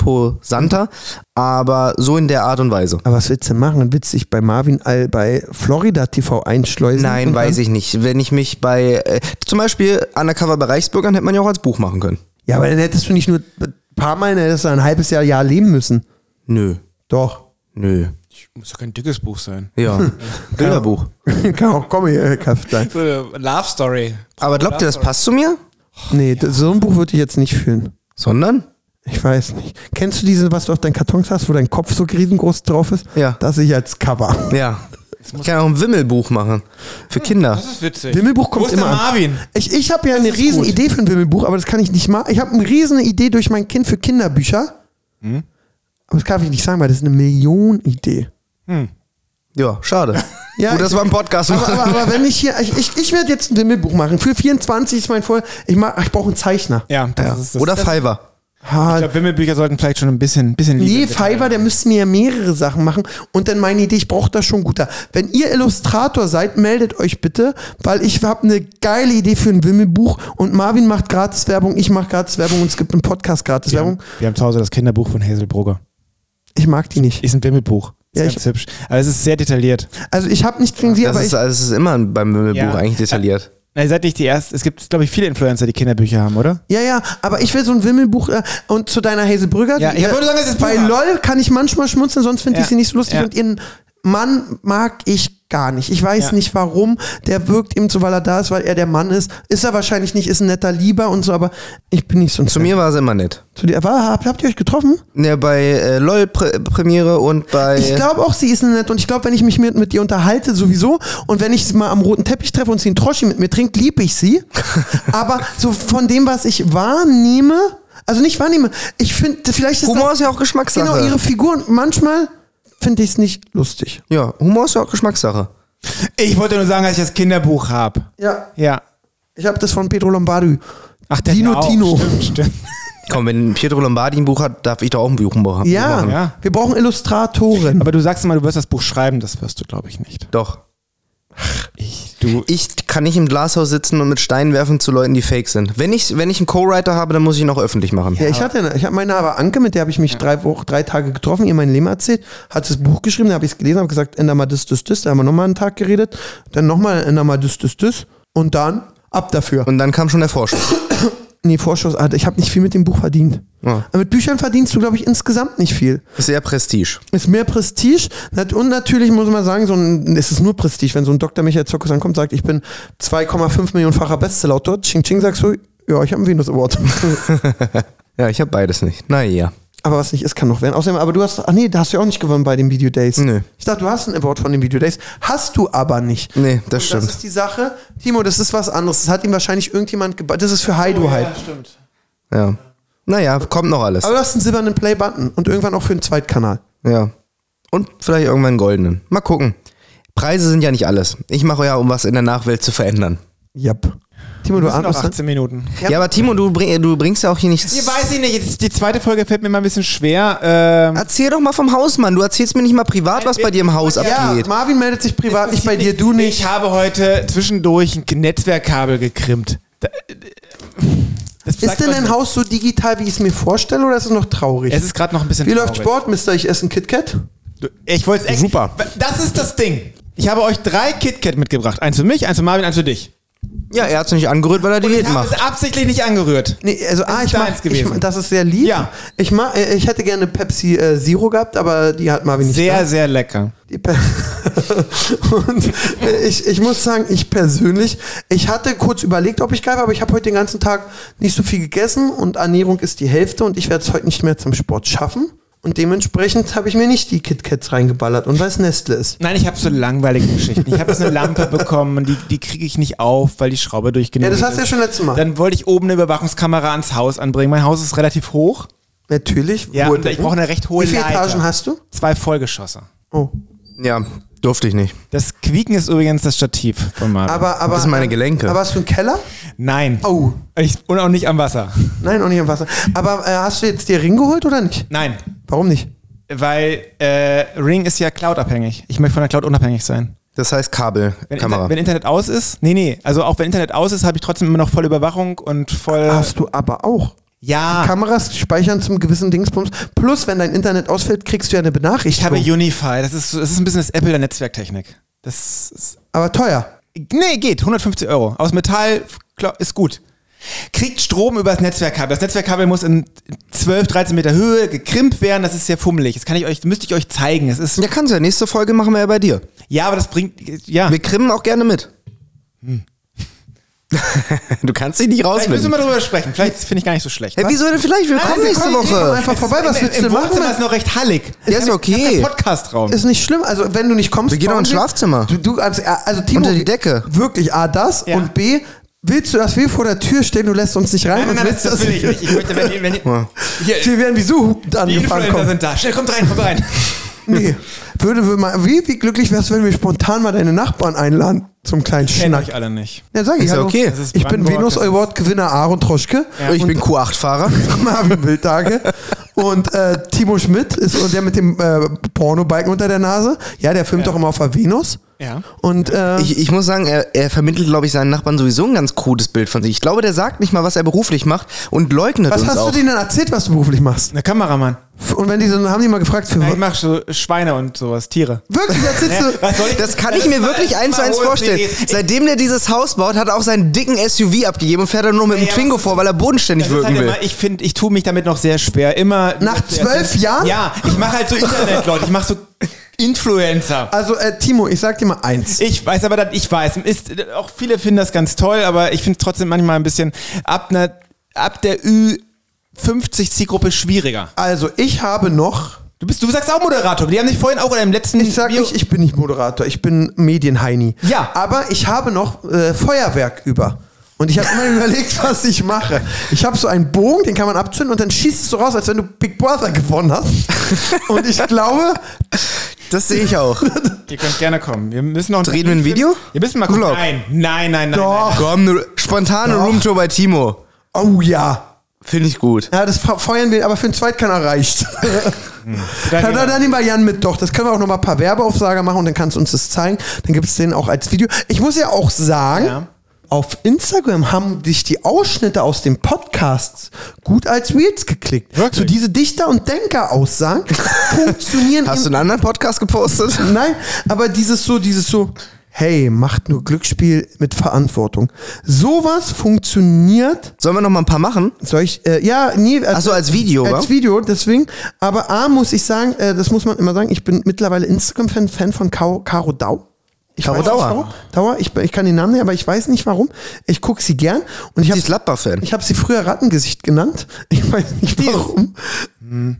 imposanter, aber so in der Art und Weise. Aber was willst du denn machen? Willst du dich bei Marvin All bei Florida TV einschleusen? Nein, weiß ich nicht. Wenn ich mich bei, äh, zum Beispiel Undercover bei Reichsbürgern hätte man ja auch als Buch machen können. Ja, aber dann hättest du nicht nur ein paar Mal, dann hättest du ein halbes Jahr, Jahr leben müssen. Nö, Doch. nö. Muss doch kein dickes Buch sein. Ja, Bilderbuch. Kann auch Comic-Kraft sein. So eine Love Story. Aber glaubt ihr, das passt zu mir? Nee, d- so ein Buch würde ich jetzt nicht fühlen. Sondern? Ich weiß nicht. Kennst du diese, was du auf deinen Kartons hast, wo dein Kopf so riesengroß drauf ist? Ja. Das sehe ich als Cover. Ja. Ich kann auch ein Wimmelbuch machen. Hm. Für Kinder. Das ist witzig. Wimmelbuch Wo kommt ist denn immer an. Marvin? Ich, ich habe ja eine ist riesen gut. Idee für ein Wimmelbuch, aber das kann ich nicht machen. Ich habe eine riesen Idee durch mein Kind für Kinderbücher. Hm? Aber das kann ich nicht sagen, weil das ist eine Millionenidee. Ja, schade. Ja, Gut, dass ich- wir einen Podcast Aber, machen. aber, aber wenn ich hier, ich, ich, ich werde jetzt ein Wimmelbuch machen. Für 24 ist mein Voll. Ich, mach- ich brauche einen Zeichner. Ja, das ist das. Oder Fiverr. Ha, ich glaube, Wimmelbücher sollten vielleicht schon ein bisschen, bisschen Nee, Liebe mit- Fiverr, der müsste mir ja mehrere Sachen machen. Und dann meine Idee, ich brauche da schon guter. Wenn ihr Illustrator seid, meldet euch bitte, weil ich habe eine geile Idee für ein Wimmelbuch und Marvin macht Gratiswerbung, ich mache Gratiswerbung und es gibt einen Podcast Wir haben, Gratiswerbung. wir haben zu Hause das Kinderbuch von Hazel Brugger. Ich mag die nicht. Ist ein Wimmelbuch. Ist Ja, ganz hübsch. Aber es ist sehr detailliert. Also ich habe nichts gegen sie, Das aber ist, ich, das ist immer beim Wimmelbuch Ja. eigentlich detailliert. Na, ihr seid nicht die erste. Es gibt, glaube ich, viele Influencer, die Kinderbücher haben, oder? ja, ja, aber ich will so ein Wimmelbuch äh, und zu deiner Hazelbrügger. Ja, ich würde sagen, das ist bei Buch. LOL kann ich manchmal schmunzeln, sonst finde Ja. ich sie nicht so lustig Ja. und ihren Mann mag ich gar nicht. Ich weiß Ja. nicht warum. Der wirkt ihm so, weil er da ist, weil er der Mann ist. Ist er wahrscheinlich nicht, ist ein netter Lieber und so, aber ich bin nicht so ein Zu mir war sie immer nett. Zu dir. War, habt, habt ihr euch getroffen? Ja, bei äh, LOL-Premiere und bei. Äh. Ich glaube auch, sie ist nett und ich glaube, wenn ich mich mit, mit ihr unterhalte, sowieso und wenn ich sie mal am roten Teppich treffe und sie einen Troschi mit mir trinkt, liebe ich sie. Aber so von dem, was ich wahrnehme, also nicht wahrnehme, ich finde, vielleicht ist Humor das- ist ja auch Geschmackssache. genau ihre Figuren, manchmal finde ich es nicht lustig. ja, Humor ist ja auch Geschmackssache. Ich wollte nur sagen, dass ich das Kinderbuch habe. Ja, Ja. ich habe das von Pedro Lombardi. Ach, der Dino hat ja Tino. Auch. Stimmt, stimmt. Komm, wenn Pietro Lombardi ein Buch hat, darf ich doch auch ein Buch machen. Ja, Ja. wir brauchen Illustratoren. Aber du sagst immer, du wirst das Buch schreiben, das wirst du, glaube ich, nicht. Doch. Ich, du. Ich kann nicht im Glashaus sitzen und mit Steinen werfen zu Leuten, die fake sind. Wenn ich, wenn ich einen Co-Writer habe, dann muss ich ihn auch öffentlich machen. Ja, ich hatte, ich habe meine aber Anke, mit der habe ich mich drei Wochen, drei Tage getroffen, ihr mein Leben erzählt, hat das Buch geschrieben, da habe ich es gelesen, habe gesagt, änder mal das, das, das, da haben wir nochmal einen Tag geredet, dann nochmal änder mal das, das, das und dann ab dafür. Und dann kam schon der Vorschuss. Nee, Vorschuss, Alter, ich habe nicht viel mit dem Buch verdient. Ja. Aber Mit Büchern verdienst du, glaube ich, insgesamt nicht viel. Sehr Prestige. Ist mehr Prestige nat- und natürlich muss man sagen, so ein, es ist nur Prestige, wenn so ein Dr. Michael Zirkus ankommt und sagt, ich bin 2,5 Millionenfacher Bestsellerautor, Ching Ching sagst du, ja, ich habe einen Venus Award. Ja, ich habe beides nicht. Naja. Aber was nicht ist, kann noch werden. Außerdem, aber du hast, ach nee, da hast du ja auch nicht gewonnen bei den Video Days. Nö. Ich dachte, du hast einen Award von den Video Days. Hast du aber nicht. Nee, das Und Das stimmt. ist die Sache. Timo, das ist was anderes. Das hat ihm wahrscheinlich irgendjemand gebaut. Das ist für Heidu halt. stimmt. Ja. Naja, kommt noch alles. Aber du hast einen silbernen Play-Button und irgendwann auch für einen Zweitkanal. Ja. Und vielleicht irgendwann einen goldenen. Mal gucken. Preise sind ja nicht alles. Ich mache ja, um was in der Nachwelt zu verändern. Yep. Timo, du Wir sind noch atmest. ne? 18 Minuten. Ja. Ja, aber Timo, du, bring, du bringst ja auch hier nichts. Hier weiß ich nicht, jetzt- die zweite Folge fällt mir mal ein bisschen schwer. Ähm, Erzähl doch mal vom Haus, Mann. Du erzählst mir nicht mal privat, was bei dir im Haus Ja, abgeht. Marvin meldet sich privat nicht bei dir, du nicht. Ich habe heute zwischendurch ein Netzwerkkabel gekrimmt. Da- äh, Das Ist sagt denn was- dein Haus so digital, wie ich es mir vorstelle, oder ist es noch traurig? Es ist gerade noch ein bisschen wie läuft traurig. Sport, Mister? Ich esse ein KitKat. Du- Ich wollte Super. Das ist das Ding. Ich habe euch drei KitKat mitgebracht. Eins für mich, eins für Marvin, eins für dich. Ja, er hat's nicht angerührt, weil er Ich Diät habe es macht. absichtlich nicht angerührt. Nee, also ah, ist ich deins mag, ich, gewesen. das ist sehr lieb. Ja. Ich mag, äh, ich hätte gerne Pepsi äh, Zero gehabt, aber die hat Marvin nicht. Sehr, da. sehr lecker. Die Pe- Und äh, ich, ich muss sagen, ich persönlich, ich hatte kurz überlegt, ob ich greife, aber ich habe heute den ganzen Tag nicht so viel gegessen und Ernährung ist die Hälfte und ich werde es heute nicht mehr zum Sport schaffen. Und dementsprechend habe ich mir nicht die KitKats reingeballert und weil es Nestle ist. Nein, ich habe so langweilige Geschichten. Ich habe jetzt eine Lampe bekommen und die, die kriege ich nicht auf, weil die Schraube Ja, durchgenäht das hast du ja ist. schon letztes Mal. Dann wollte ich oben eine Überwachungskamera ans Haus anbringen. Mein Haus ist relativ hoch. Natürlich. Ja, wurde- und ich brauche eine recht hohe Wie viele Leiter. Etagen hast du? Zwei Vollgeschosse. Oh. Ja, durfte ich nicht. Das Quieken ist übrigens das Stativ von Marvin. Aber, aber, äh, Das sind meine Gelenke. Aber hast du einen Keller? Nein. Oh. Ich, und auch nicht am Wasser. Nein, auch nicht im Wasser. Aber äh, hast du jetzt dir Ring geholt oder nicht? Nein. Warum nicht? Weil äh, Ring ist ja cloud-abhängig. Ich möchte von der Cloud unabhängig sein. Das heißt Wenn, Kabelkamera. Inter wenn Internet aus ist, nee, nee. Also auch wenn Internet aus ist, habe ich trotzdem immer noch voll Überwachung und voll. Hast du aber auch. ja. Kameras speichern zum gewissen Dingsbums. Plus, wenn dein Internet ausfällt, kriegst du ja eine Ich habe Benachrichtigung. Unify. Das ist, so- das ist ein bisschen das Apple der Netzwerktechnik. Das ist, aber teuer. Nee, geht. 150 Euro. Aus Metall klar, ist gut. Kriegt Strom übers Netzwerkkabel. Das Netzwerkkabel muss in 12, 13 Meter Höhe gekrimpt werden. Das ist sehr fummelig. Das kann ich euch, müsste ich euch zeigen. Es ist, ja, kannst ja. Nächste Folge machen wir ja bei dir. ja, aber das bringt, ja. Wir krimmen auch gerne mit. du kannst dich nicht Hm. Vielleicht müssen rausfinden. wir darüber sprechen. Vielleicht finde ich gar nicht so schlecht. Hey, wieso denn vielleicht? Wir kommen sie nächste kommen- sie kommen Woche. Einfach vorbei, was Im- willst du denn Im machen? Wohnzimmer ist noch recht hallig. Ja, ist okay. Podcastraum. Ist nicht schlimm. Also, wenn du nicht kommst, Wir gehen auch ins warum- Schlafzimmer. Du, du, also, äh, also Timo, Unter die Decke. Wirklich, A, das Ja. und B, willst du, dass wir vor der Tür stehen, du lässt uns nicht rein? Nein, nein, und nein, das, willst, das dass- will ich nicht. Ich möchte, wenn, die- wenn, die- hier, Wir werden wie so die angefahren Influencer kommen. sind da. Schnell, kommt rein, kommt rein. Nee. Würde, würde mal, wie, wie glücklich wärst du, wenn wir spontan mal deine Nachbarn einladen zum kleinen Kennen Schnack? euch alle nicht. Ja, sag ich. Ist ja hallo. okay. Das ist Ich bin Brandenburg, Venus das ist- Award Gewinner Aaron Troschke. Ich bin Q8-Fahrer. Marvin Wildtage. Und äh, Timo Schmidt ist so der mit dem äh, Pornobiken unter der Nase. Ja, der filmt doch immer auf der Venus. Ja. Und äh, Ich, ich muss sagen, er, er vermittelt, glaube ich, seinen Nachbarn sowieso ein ganz krudes Bild von sich. Ich glaube, der sagt nicht mal, was er beruflich macht und leugnet was uns hast auch. du denen denn erzählt, was du beruflich machst? Eine Kameramann. Und wenn die so, haben die mal gefragt, für Ja, ich was? mache so Schweine und sowas, Tiere. Wirklich, da sitzt du. Was soll ich- Das kann ich mir ist mal- wirklich ist eins zu mal eins hohe vorstellen. CD. Seitdem der dieses Haus baut, hat er auch seinen dicken SUV abgegeben und fährt dann nur mit dem Ja, Twingo das- vor, weil er bodenständig Das ist wirken halt will. immer, ich finde, ich tue mich damit noch sehr schwer. Immer. Nach zwölf Jahren? Ja, ich mache halt so Internet, Leute. Ich mache so Influencer. Also, äh, Timo, ich sag dir mal eins. Ich weiß aber, dass ich weiß. Ist, auch viele finden das ganz toll, aber ich finde es trotzdem manchmal ein bisschen ab, ne, ab der Ü50 Zielgruppe schwieriger. Also, ich habe noch. Du, bist, du sagst auch Moderator, aber die haben dich vorhin auch oder im letzten Ich sag nicht, ich bin nicht Moderator, ich bin Medienheini. Ja. Aber ich habe noch äh, Feuerwerk über. Und ich habe immer überlegt, was ich mache. Ich habe so einen Bogen, den kann man abzünden und dann schießt es so raus, als wenn du Big Brother gewonnen hast. Und ich glaube, Das sehe ich auch. Ihr könnt gerne kommen. Wir müssen noch Drehen wir ein Video? Wir müssen mal gucken. Vlog. Nein, nein, nein, nein. Doch. Komm, eine spontane Doch. Roomtour bei Timo. oh ja. Finde ich gut. Ja, das fe- feuern wir, aber für den Zweitkanal reicht. Dann Ja, lieber- dann, dann nehmen wir Jan mit, doch. Das können wir auch nochmal ein paar Werbeaufsager machen und dann kannst du uns das zeigen. Dann gibt es den auch als Video. Ich muss ja auch sagen, Ja. auf Instagram haben dich die Ausschnitte aus den Podcasts gut als Reels geklickt. Wirklich? So diese Dichter- und Denker-Aussagen funktionieren. Hast du im- einen anderen Podcast gepostet? Nein, aber dieses so, dieses so, hey, macht nur Glücksspiel mit Verantwortung. Sowas funktioniert. Sollen wir noch mal ein paar machen? Soll ich, äh, ja, nee, Ach so, als Video, wa? als Video, deswegen. Aber A muss ich sagen, äh, das muss man immer sagen, ich bin mittlerweile Instagram-Fan, Fan von Caro, Caro Dau. Ich Caro weiß nicht Dauer. warum. Dauer, ich, ich kann den Namen nicht, aber ich weiß nicht warum. Ich gucke sie gern und ich Sie habe ist Gladbach-Fan. ich hab sie früher Rattengesicht genannt. Ich weiß nicht warum.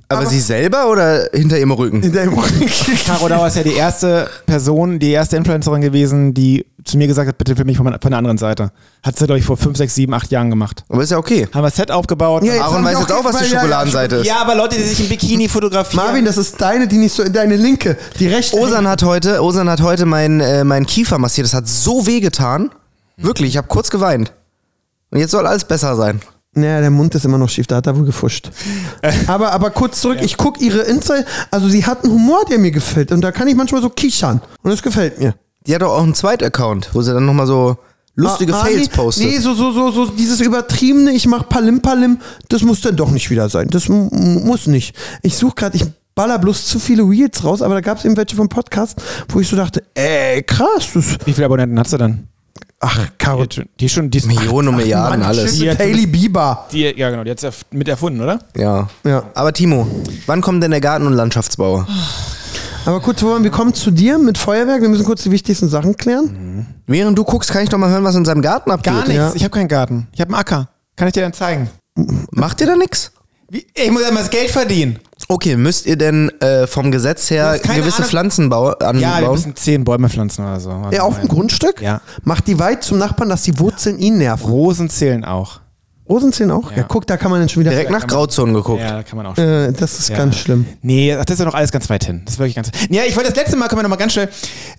Aber, sie selber oder hinter ihrem Rücken? In der Caro Dauer ist ja die erste Person, die erste Influencerin gewesen, die zu mir gesagt hat, bitte für mich von meiner- von der anderen Seite. Hat sie, glaube ich, vor 5, 6, 7, 8 Jahren gemacht. Aber ist ja okay. Haben wir das Set aufgebaut. Ja, Aaron haben weiß wir jetzt auch auch, was die jetzt mal- ja, ja, Schokoladenseite ist. ja, aber Leute, die sich im Bikini fotografieren. Marvin, das ist deine, die nicht so, deine linke, die rechte. Osan hat heute, Osan hat heute meinen äh, meinen Kiefer massiert. Das hat so weh getan. Wirklich, ich habe kurz geweint. Und jetzt soll alles besser sein. Naja, der Mund ist immer noch schief, da hat er wohl gefuscht. aber, aber kurz zurück, ich gucke ihre Insta, also sie hat einen Humor, der mir gefällt und da kann ich manchmal so kichern und das gefällt mir. Die hat doch auch einen zweiten Account, wo sie dann noch mal so lustige Ah, ah, nee, Fails postet. Nee, so, so, so, so, dieses übertriebene, ich mach Palim Palim, das muss dann doch nicht wieder sein. Das m- m- muss nicht. Ich suche gerade, ich baller bloß zu viele Reels raus, aber da gab es eben welche vom Podcast, wo ich so dachte, ey, krass, das, Wie viele Abonnenten hat sie dann? ach, Karo, Die, die ist schon, die, ist- Millionen und Milliarden, Mann, alles. shit, mit Hailey Bieber. die, ja genau, die hat es ja f- mit erfunden, oder? Ja. Ja. Aber Timo, wann kommt denn der Garten- und Landschaftsbauer? Ah. Aber kurz, Roman, wir kommen zu dir mit Feuerwerk, wir müssen kurz die wichtigsten Sachen klären. Während du guckst, kann ich doch mal hören, was in seinem Garten abgeht. Gar nichts. Ja. Ich habe keinen Garten. Ich habe einen Acker. Kann ich dir dann zeigen? Macht ihr da nichts? Wie, ich muss ja mal das Geld verdienen. Okay, müsst ihr denn äh, vom Gesetz Du her hast keine gewisse Ahnung. Pflanzen bau- anbauen? Ja, wir müssen zehn Bäume pflanzen oder so. Ja, auf dem Grundstück? Ja. Macht die weit zum Nachbarn, dass die Wurzeln ihn nerven. Rosen zählen auch. Rosen zählen auch? Ja. guck, da kann man dann schon wieder. Direkt nach Grauzonen geguckt. Ja, da kann man auch Äh, das ist ganz schlimm. Nee, ach, das ist ja noch alles ganz weit hin. Das ist wirklich ganz. Ja, ich wollte das letzte Mal, können wir noch mal ganz schnell.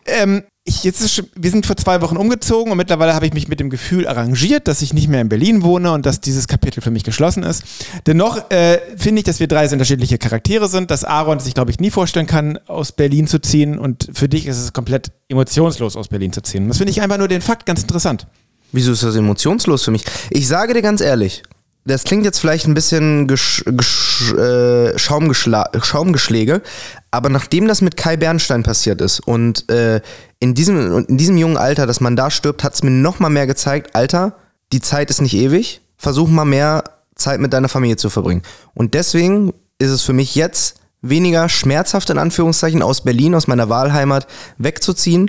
Ähm, ich, jetzt ist, schon- wir sind vor zwei Wochen umgezogen und mittlerweile habe ich mich mit dem Gefühl arrangiert, dass ich nicht mehr in Berlin wohne und dass dieses Kapitel für mich geschlossen ist. Dennoch äh, finde ich, dass wir drei sehr unterschiedliche Charaktere sind, dass Aaron sich, glaube ich, nie vorstellen kann, aus Berlin zu ziehen und für dich ist es komplett emotionslos, aus Berlin zu ziehen. Das finde ich einfach nur den Fakt ganz interessant. Wieso ist das emotionslos für mich? Ich sage dir ganz ehrlich, das klingt jetzt vielleicht ein bisschen gesch gesch äh, Schaumgeschla Schaumgeschläge, aber nachdem das mit Kai Bernstein passiert ist und äh, in, diesem, und in diesem jungen Alter, dass man da stirbt, hat es mir nochmal mehr gezeigt, Alter, die Zeit ist nicht ewig, versuch mal mehr Zeit mit deiner Familie zu verbringen. Und deswegen ist es für mich jetzt weniger schmerzhaft, in Anführungszeichen, aus Berlin, aus meiner Wahlheimat, wegzuziehen,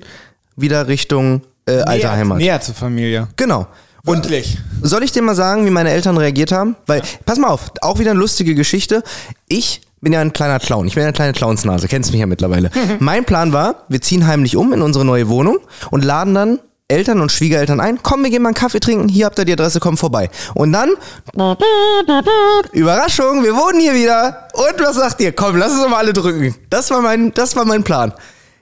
wieder Richtung äh, alte Näher- Heimat. Näher zur Familie. Genau. Und Wirklich? soll ich dir mal sagen, wie meine Eltern reagiert haben? Weil, pass mal auf, auch wieder eine lustige Geschichte. Ich bin ja ein kleiner Clown. Ich bin ja eine kleine Clownsnase. Kennst mich ja mittlerweile. mein Plan war, wir ziehen heimlich um in unsere neue Wohnung und laden dann Eltern und Schwiegereltern ein. Komm, wir gehen mal einen Kaffee trinken. Hier habt ihr die Adresse, komm vorbei. Und dann, Überraschung, wir wohnen hier wieder. Und was sagt ihr? Komm, lass uns doch mal alle drücken. Das war mein, das war mein Plan.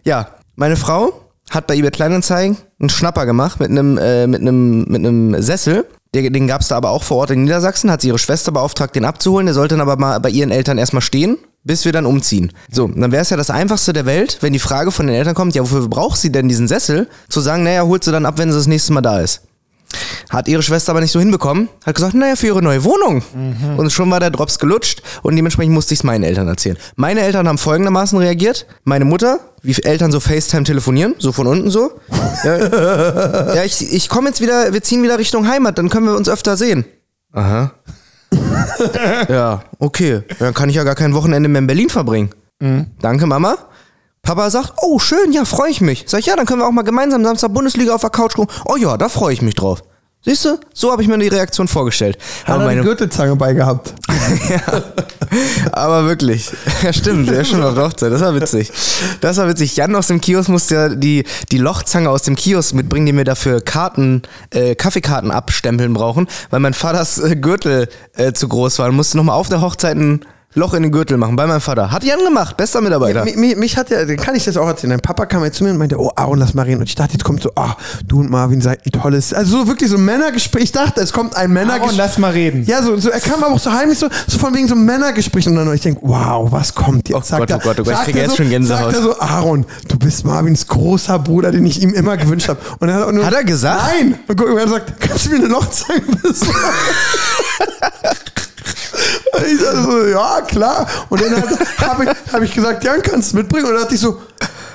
Ja, meine Frau hat bei eBay Kleinanzeigen einen Schnapper gemacht mit einem, äh, mit einem, mit einem Sessel. Der, den gab es da aber auch vor Ort in Niedersachsen, hat sie ihre Schwester beauftragt, den abzuholen. Der sollte dann aber mal bei ihren Eltern erstmal stehen, bis wir dann umziehen. So, dann wäre es ja das Einfachste der Welt, wenn die Frage von den Eltern kommt, ja, wofür braucht sie denn diesen Sessel? Zu sagen, naja, holt sie dann ab, wenn sie das nächste Mal da ist. Hat ihre Schwester aber nicht so hinbekommen. Hat gesagt, naja, für ihre neue Wohnung. Und schon war der Drops gelutscht und dementsprechend musste ich es meinen Eltern erzählen. Meine Eltern haben folgendermaßen reagiert. Meine Mutter, wie Eltern so FaceTime telefonieren, so von unten so. Ja, ja ich, ich komme jetzt wieder, wir ziehen wieder Richtung Heimat, dann können wir uns öfter sehen. Aha. Mhm. ja, okay. Dann kann ich ja gar kein Wochenende mehr in Berlin verbringen. Danke, Mama. Papa sagt, oh schön, ja, freue ich mich. Sag ich, ja, dann können wir auch mal gemeinsam Samstag Bundesliga auf der Couch gucken. Oh ja, da freue ich mich drauf. Siehst du, so habe ich mir die Reaktion vorgestellt. Hat Aber, er die meine, Gürtelzange beigehabt. aber wirklich, ja stimmt, der ist schon auf der Hochzeit, das war witzig. Das war witzig. Jan aus dem Kiosk musste ja die, die Lochzange aus dem Kiosk mitbringen, die wir dafür Karten, äh, Kaffeekarten abstempeln brauchen, weil mein Vaters äh, Gürtel äh, zu groß war und musste nochmal auf der Hochzeit ein Loch in den Gürtel machen, bei meinem Vater. Hat Jan gemacht, bester Mitarbeiter. Mi- mi- Mich hat ja, dann kann ich das auch erzählen. Dein Papa kam jetzt zu mir und meinte, oh Aaron, lass mal reden. Und ich dachte, jetzt kommt so, ah, du und Marvin seid ein tolles. Also so wirklich so ein Männergespräch. Ich dachte, es kommt ein Aaron, Männergespräch. lass mal reden. Ja, so, so, er kam aber auch so heimlich, so, so von wegen so ein Männergespräch. Und dann und ich denke, wow, was kommt jetzt? Oh Gott, oh Gott, oh Gott, ich sagt kriege er jetzt so, schon Gänsehaut. Sagt er so, Aaron, du bist Marvins großer Bruder, den ich ihm immer gewünscht habe. Und er hat, auch nur, Hat er gesagt? Nein. Und guck, und er sagt, kannst du mir eine Lochzange besorgen? Und Ich dachte so, ja, klar. Und dann habe ich, hab ich gesagt, Jan, kannst du mitbringen? Und dann dachte ich so,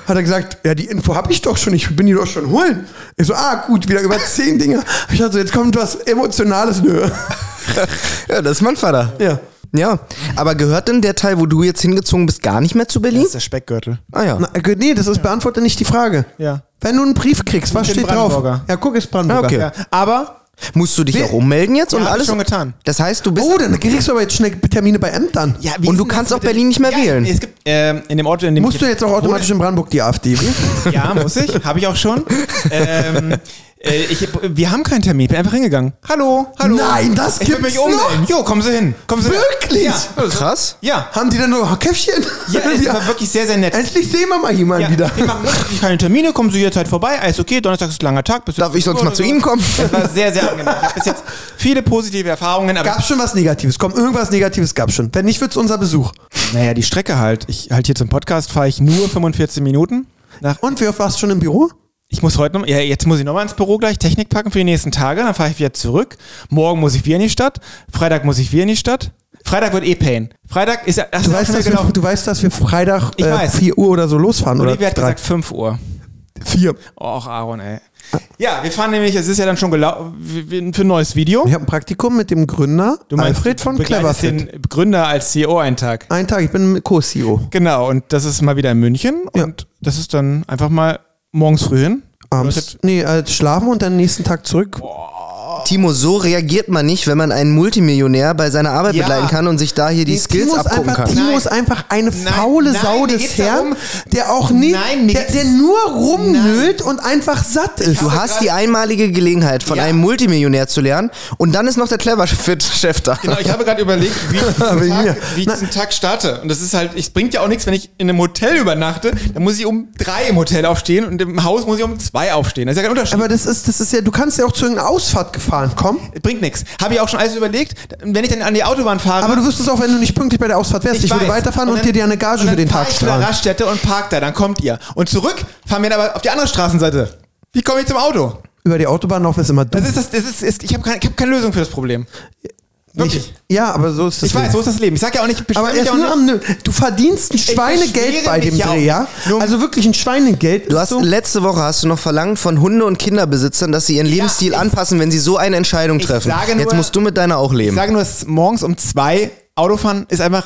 hat er gesagt, ja, die Info habe ich doch schon, ich bin die doch schon holen. Ich so, ah, gut, wieder über zehn Dinge. Ich dachte so, jetzt kommt was Emotionales. Nö. Ja, das ist mein Vater. Ja. Ja, aber gehört denn der Teil, wo du jetzt hingezogen bist, gar nicht mehr zu Berlin? Das ist der Speckgürtel. Ah ja. Na, äh, nee, das ist beantwortet nicht die Frage. Ja. Wenn du einen Brief kriegst, was Mit dem steht drauf? Brandenburger. Ja, guck, ist Brandenburger. Okay. Ja, aber Musst du dich Wie- auch ummelden jetzt und hab ich alles? schon getan. Das heißt, du bist Oh, dann kriegst du aber jetzt schnell Termine bei Ämtern. Ja, wie Und ist du denn das kannst mit auch Berlin nicht mehr ja, wählen. Es gibt ähm, in dem Ort, in dem Musst ich du jetzt auch automatisch in Brandenburg die AfD wählen? Ja, muss ich. Habe ich auch schon. ähm, äh, ich, wir haben keinen Termin. Ich bin einfach hingegangen. Hallo, hallo. Nein, das ich will gibt's mich ummelden. noch? Jo, kommen Sie hin. Kommen Sie Wirklich? Hin. krass. Ja. Haben die dann nur oh, Käffchen? Ja, ja, es war wirklich sehr, sehr nett. Endlich sehen wir mal jemanden Ja, wieder. Wir machen wirklich keine Termine, kommen Sie jederzeit vorbei. Alles okay, Donnerstag ist ein langer Tag. Bis Darf ich sonst 17 Uhr mal zu oder Ihnen kommen? Das war sehr, sehr angenehm. Ich habe bis jetzt viele positive Erfahrungen, aber Gab schon was Negatives? Komm, irgendwas Negatives gab schon. Wenn nicht, wird's unser Besuch. naja, die Strecke halt. Ich halt hier zum Podcast fahre ich nur 45 Minuten. Nach, Und wie oft warst du schon im Büro? ich muss heute noch, ja, jetzt muss ich nochmal ins Büro gleich Technik packen für die nächsten Tage, dann fahre ich wieder zurück. Morgen muss ich wieder in die Stadt. Freitag muss ich wieder in die Stadt. Freitag wird eh Pain. Freitag ist ja, ach, Du das weißt, ist dass ja genau. wir, du weißt, dass wir Freitag Ich äh, weiß. 4 Uhr oder so losfahren, oder? Olivia hat Drei. gesagt 5 Uhr. vier. Och, Aaron, ey. Ja, wir fahren nämlich, es ist ja dann schon gelaufen, für ein neues Video. Ich habe ein Praktikum mit dem Gründer Du meinst, Alfred von du begleitest Cleverfit. den Gründer als CEO einen Tag. Einen Tag, ich bin E Co-CEO. Genau, und das ist mal wieder in München Ja. und das ist dann einfach mal morgens früh hin. Abends. Nee, als schlafen und dann nächsten Tag zurück. Timo, so reagiert man nicht, wenn man einen Multimillionär bei seiner Arbeit Ja. begleiten kann und sich da hier die Nee, Skills Timo ist abgucken einfach, kann. Äh, Timo Nein. ist einfach eine Nein, faule nein, Sau mir des geht's Herrn, darum- der auch nie, Nein, mir der, geht's- der nur rumnölt und einfach satt ist. Du hast die einmalige Gelegenheit, von Ja. einem Multimillionär zu lernen und dann ist noch der clever fit chef da. Genau, ich habe gerade überlegt, wie ich, diesen Wegen mir. Tag, wie ich Na- diesen Tag starte. Und das ist halt, es bringt ja auch nichts, wenn ich in einem Hotel übernachte, dann muss ich um drei im Hotel aufstehen und im Haus muss ich um zwei aufstehen. Das ist ja kein Unterschied. Aber das ist, das ist ja, du kannst ja auch zu irgendeiner Ausfahrt gefahren kommen. Es bringt nichts. Habe ich auch schon alles überlegt. Wenn ich dann an die Autobahn fahre, Aber du wirst es auch, wenn du nicht pünktlich bei der Ausfahrt wärst. Ich, würde weiß. weiterfahren und, dann- dir dir eine Gage und für dann den fahr Tag ich zu einer zahlen. Raststätte und park da, dann kommt ihr. Und zurück fahren wir dann aber auf die andere Straßenseite. Wie komme ich zum Auto? Über die Autobahn laufen ist immer dumm. Das ist das, das ist, ist ich habe keine, ich hab keine Lösung für das Problem. Wirklich. ja, aber so ist das. Ich weiß, so ist das Leben. Ich sag ja auch nicht, beschwer aber mich er ist auch nur nicht. am, Nö- du verdienst ein Schweinegeld beschwere bei mich dem ja auch Dreh, ja? nicht. Nur- Also wirklich ein Schweinegeld. Du hast letzte Woche hast du noch verlangt von Hunde- und Kinderbesitzern, dass sie ihren Lebensstil ich- anpassen, wenn sie so eine Entscheidung Ich treffen. sage nur- Jetzt musst du mit deiner auch Ich leben. sage nur, dass morgens um zwei Autofahren ist einfach,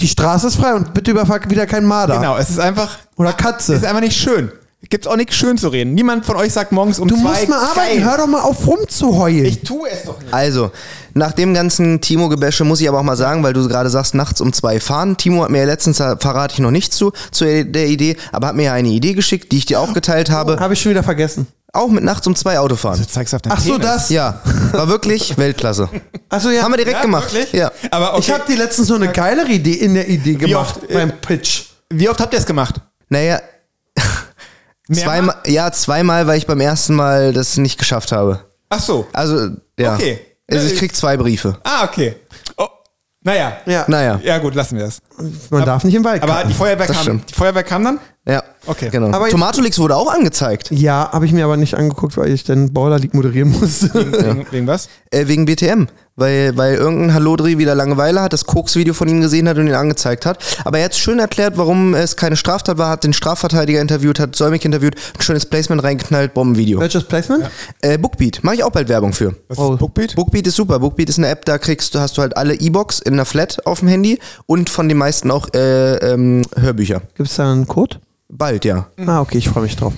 die Straße ist frei und bitte überfahr wieder kein Marder. genau, es ist einfach, Oder Katze. es ist einfach nicht schön. Gibt's auch nichts schön zu reden. Niemand von euch sagt morgens um Du zwei. musst mal arbeiten, geil. hör doch mal auf rumzuheulen. Ich tue es doch nicht. Also, nach dem ganzen Timo-Gebäsche muss ich aber auch mal sagen, weil du gerade sagst, nachts um zwei fahren. Timo hat mir ja letztens, da verrate ich noch nicht zu, zu der Idee, aber hat mir ja eine Idee geschickt, die ich dir auch geteilt habe. Habe ich schon wieder vergessen. Auch mit nachts um zwei Auto fahren. zeigst auf deinen Ach so, das. Ja, war wirklich Weltklasse. Also ja. Haben wir direkt Ja, gemacht. wirklich? Ja. Aber okay. Ich habe dir letztens so eine geilere Idee in der Idee gemacht oft, äh, beim Pitch. Wie oft habt ihr es gemacht? Naja, zweimal, ja, zweimal, weil ich beim ersten Mal das nicht geschafft habe. Ach so. Also, ja. Okay. Also ich Ja, krieg zwei Briefe. Ah, okay. Oh, naja. Ja. Naja, Ja, gut, lassen wir es. Man darf nicht im Wald. Aber kacken. die Feuerwehr, Das kam, stimmt. die Feuerwehr kam dann? ja. Okay. Genau. Aber jetzt- Tomatolix wurde auch angezeigt. ja, habe ich mir aber nicht angeguckt, weil ich dann Baller League moderieren musste. Wegen, wegen was? Äh, wegen BTM. Weil, weil irgendein Hallodri wieder Langeweile hat, das Koks-Video von ihm gesehen hat und ihn angezeigt hat. Aber er hat schön erklärt, warum es keine Straftat war, hat den Strafverteidiger interviewt, hat Solmik interviewt, ein schönes Placement reingeknallt, Bombenvideo. Welches Placement? Äh, Bookbeat, mache ich auch bald Werbung für. Was Oh. ist Bookbeat? Bookbeat ist super. Bookbeat ist eine App, da kriegst du, hast du halt alle E-Box in der Flat auf dem Handy und von den meisten auch äh, ähm, Hörbücher. Gibt es da einen Code? Bald, ja. Mhm. Ah, okay, ich freue mich drauf.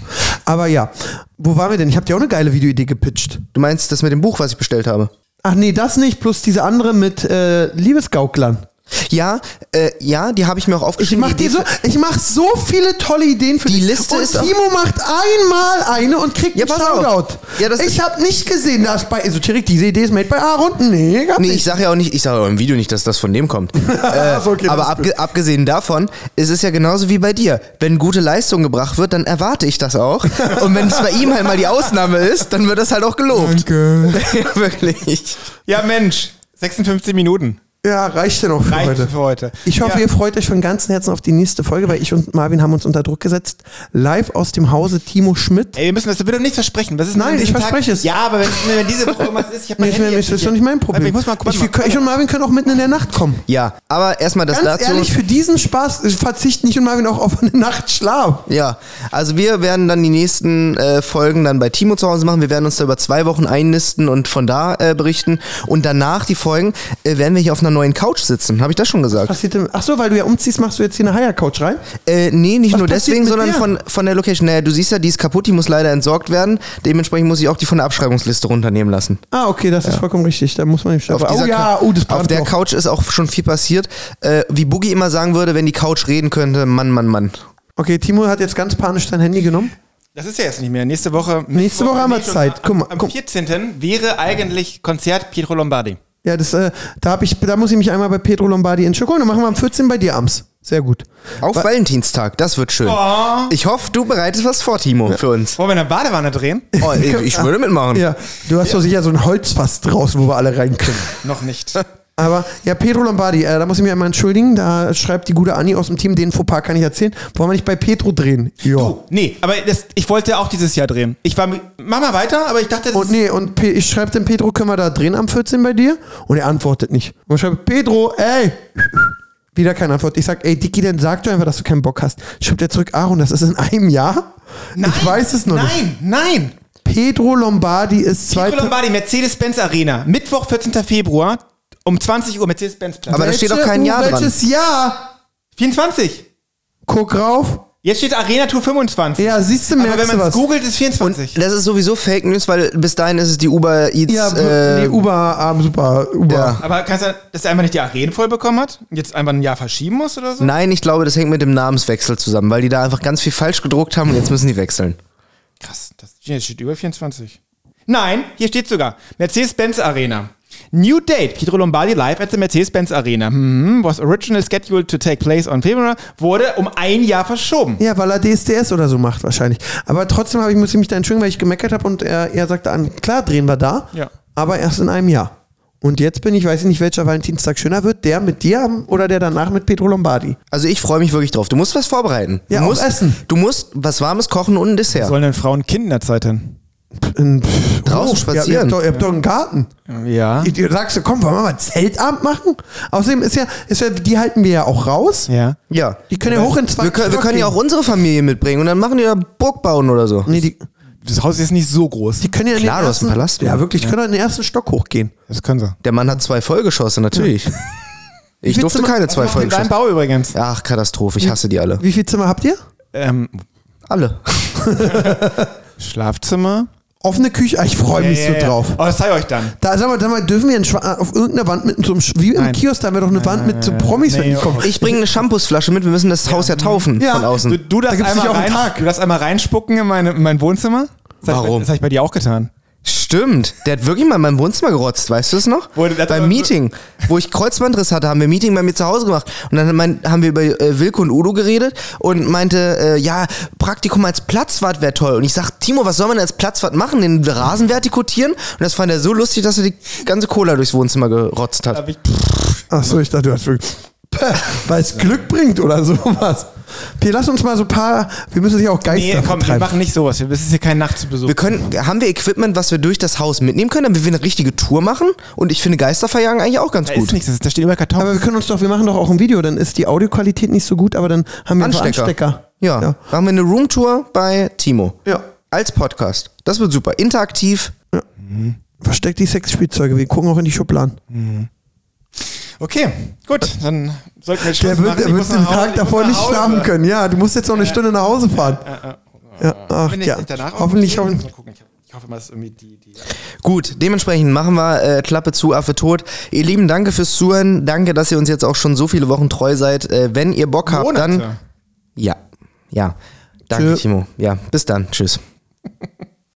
Aber ja, wo waren wir denn? Ich habe dir auch eine geile Videoidee gepitcht. Du meinst das mit dem Buch, was ich bestellt habe? Ach nee, das nicht, plus diese andere mit äh, Liebesgauklern. Ja, äh, ja, die habe ich mir auch Ich aufgeschrieben. mach Die dir Idee so, ich mach so viele tolle Ideen für Die dich. Liste und ist auch- Timo macht einmal eine und kriegt Ja, einen pass auf. Shoutout. Ja, das ich ist- habe nicht gesehen, dass bei Esoterik diese Idee ist made by Aaron. Nee, gab Nee, ich nicht. sage ja auch nicht, ich sage auch im Video nicht, dass das von dem kommt. Äh, Ach so, okay, Aber das ist gut. abge abgesehen davon, ist es ja genauso wie bei dir. Wenn gute Leistung gebracht wird, dann erwarte ich das auch. Und wenn es bei ihm halt mal die Ausnahme ist, dann wird das halt auch gelobt. Danke. ja, wirklich. Ja, Mensch, 56 Minuten. Ja, reicht denn auch für Reicht heute. für heute. Ich hoffe, Ja. ihr freut euch von ganzem Herzen auf die nächste Folge, weil ich und Marvin haben uns unter Druck gesetzt. Live aus dem Hause Timo Schmidt. Ey, wir müssen das bitte nicht versprechen. Das ist Nein, an diesem ich verspreche es. Ja, aber wenn, wenn diese Woche irgendwas ist, ich habe Nee, ich, das ist doch nicht mein Problem. Ich muss mal ich, wir können- ich und Marvin können auch mitten in der Nacht kommen. Ja, aber erstmal das Ganz dazu. ehrlich, für diesen Spaß äh, verzichten ich und Marvin auch auf eine Nacht Schlaf. Ja, also wir werden dann die nächsten äh, Folgen dann bei Timo zu Hause machen. Wir werden uns da über zwei Wochen einnisten und von da äh, berichten. Und danach die Folgen äh, werden wir hier auf einer neuen Couch sitzen. Habe ich das schon gesagt? Passiert denn? Ach so, weil du ja umziehst, machst du jetzt hier eine Hire-Couch rein? Äh, nee, nicht Was nur passiert deswegen, mit sondern der? von, von der Location. Naja, du siehst ja, die ist kaputt, die muss leider entsorgt werden. Dementsprechend muss ich auch die von der Abschreibungsliste runternehmen lassen. Ah, okay, das ist vollkommen richtig. Da muss man nicht Auf, schlafen. Oh dieser ja, Cou- oh, das auf brennt der noch. Couch ist auch schon viel passiert. Äh, wie Boogie immer sagen würde, wenn die Couch reden könnte, Mann, Mann, Mann. Okay, Timo hat jetzt ganz panisch sein Handy genommen. Das ist ja jetzt nicht mehr. Nächste Woche. Nächste Woche haben wir nee, schon Zeit. Am, Guck mal, am guck. 14. wäre eigentlich Konzert Pietro Lombardi. Ja, das, äh, da, hab ich, da muss ich mich einmal bei Pedro Lombardi entschuldigen. Dann machen wir am 14 bei dir abends. Sehr gut. Auf Valentinstag, das wird Oh. schön. Ich hoffe, du bereitest was vor, Timo, für uns. Wollen wir eine Badewanne drehen? Oh, ich, ich würde mitmachen. Ja, du hast doch sicher so ein Holzfass draußen, wo wir alle rein können. Noch nicht. Aber ja, Pedro Lombardi, äh, da muss ich mich einmal entschuldigen. Da schreibt die gute Anni aus dem Team, den Fauxpas kann ich erzählen. Wollen wir nicht bei Pedro drehen? Ja. Nee, aber das, ich wollte auch dieses Jahr drehen. Ich war. mit- Mach mal weiter, aber ich dachte, das Und nee, und Pe ich schreibe dem Pedro, können wir da drehen am 14 bei dir? Und er antwortet nicht. Und ich schreibe, Pedro, ey! Wieder keine Antwort. Ich sag, ey, Dicky, dann sag doch einfach, dass du keinen Bock hast. Schreibt er zurück, Aaron, das ist in einem Jahr? Nein, ich weiß es noch nein, nicht. Nein, nein. Pedro Lombardi ist Pietro zweiter. Lombardi, Mercedes-Benz Arena. Mittwoch, 14. Februar um 20 Uhr Mercedes-Benz Platz. Aber da steht doch kein Jahr dran. Welches Jahr? 24. Guck rauf. Jetzt steht Arena Tour 25. Ja, siehst du, aber wenn merkst du man es was. googelt, ist 24. Das ist sowieso Fake News, weil bis dahin ist es die Uber Eats. Ja, äh, nee, Uber, ah, super, Uber. Ja. aber kannst du, dass er einfach nicht die Arena voll bekommen hat und jetzt einfach ein Jahr verschieben muss oder so? Nein, ich glaube, das hängt mit dem Namenswechsel zusammen, weil die da einfach ganz viel falsch gedruckt haben und jetzt müssen die wechseln. Krass, das hier steht über 24. Nein, hier steht sogar Mercedes-Benz Arena. New date, Pietro Lombardi live at the Mercedes-Benz Arena. Hmm, was originally scheduled to take place on February, wurde um ein Jahr verschoben. Ja, weil er DSDS oder so macht wahrscheinlich. Aber trotzdem hab ich, muss ich mich da entschuldigen, weil ich gemeckert habe und er, er sagte an, klar drehen wir da, Ja. aber erst in einem Jahr. Und jetzt bin ich, weiß ich nicht, welcher Valentinstag schöner wird, der mit dir am- oder der danach mit Pedro Lombardi. Also ich freue mich wirklich drauf. Du musst was vorbereiten. Ja, du auch musst Essen. Du musst was Warmes kochen und ein Dessert. Sollen denn Frauen Kinderzeit hin? In, pff, Äh, Oh, Draußen Ja, ihr spazieren. habt doch, ihr habt doch einen Garten. Ja. Ihr, ihr sagst, komm, wollen wir mal Zeltabend machen? Außerdem ist ja, ist ja, die halten wir ja auch raus. Ja. ja. Die können ja hoch in zwei Wir können, wir Stock können ja auch gehen. unsere Familie mitbringen und dann machen die da Burg bauen oder so. Nee, die, Das Haus ist jetzt nicht so groß. die können ja in Klar, den du hast ersten, einen Palast, Ja, Mann. wirklich, die können ja in den ersten Stock hochgehen. Das können sie. Der Mann hat zwei Vollgeschosse, natürlich. Ich viel durfte Zimmer- keine zwei Was mit deinem Vollgeschosse. Bau übrigens? Ach, Katastrophe, ich hasse die alle. Wie viel Zimmer habt ihr? Ähm, Alle. Schlafzimmer. Offene Küche, Ah, ich freue mich so drauf. Oh, das zeige ich euch dann. Da, sag mal, sag mal, dürfen wir in Schwa- äh, auf irgendeiner Wand mit so einem, Sch- wie im Nein. Kiosk, da haben wir doch eine Wand mit so Promis, wenn die nee, kommen. Ich bringe eine Shampoosflasche mit, wir müssen das Haus ja taufen Ja. von außen. Du, du, darfst gibt's einmal nicht auch einen rein, Tag. du darfst einmal reinspucken in, meine, in mein Wohnzimmer. Das hab ich bei- Warum? Das habe ich bei dir auch getan. Stimmt, der hat wirklich mal in meinem Wohnzimmer gerotzt, weißt du das noch? Wurde- das war- Beim Meeting, wo ich Kreuzbandriss hatte, haben wir ein Meeting bei mir zu Hause gemacht. Und dann mein, haben wir über äh, Wilke und Udo geredet und meinte, äh, ja, Praktikum als Platzwart wäre toll. Und ich sag, Timo, was soll man denn als Platzwart machen? Den Rasen vertikutieren? Und das fand er so lustig, dass er die ganze Cola durchs Wohnzimmer gerotzt hat. Hab ich, Achso, ich dachte, du hast wirklich. Weil es Glück bringt oder sowas. Pierre, lass uns mal so ein paar. Wir müssen sich auch nee, Geister komm, wir vertreiben. machen nicht sowas. Wir- Das ist hier kein Nachtbesuch. Wir können, haben wir Equipment, was wir durch das Haus mitnehmen können, damit wir eine richtige Tour machen? Und ich finde Geisterverjagen eigentlich auch ganz Da gut. ist nichts, das- da steht über Karton. Aber wir können uns doch, wir machen doch auch ein Video, dann ist die Audioqualität nicht so gut, aber dann haben wir Anstecker. Anstecker. Ja. ja. Machen wir eine Roomtour bei Timo. Ja. Als Podcast. Das wird super. Interaktiv. Versteckt die Sexspielzeuge, wir gucken auch in die Schubladen. Okay, gut, dann sollten wir jetzt Schluss Der wird, machen. der Ich wird muss den nach Hause, Tag ich muss davor nach nicht Hause. schlafen können. Ja, du musst jetzt noch eine Stunde nach Hause fahren. Ja, ach Wenn ich ja. nicht danach auch- Hoffentlich, hoffentlich. Mal gucken, ich hab- Ich hoffe mal, es ist irgendwie die, die Gut, dementsprechend machen wir äh, Klappe zu, Affe tot. Ihr Lieben, danke fürs Zuhören. Danke, dass ihr uns jetzt auch schon so viele Wochen treu seid. Äh, wenn ihr Bock habt, dann. Monate. Ja, ja. Danke, Tschö. Timo. Ja, bis dann. Tschüss.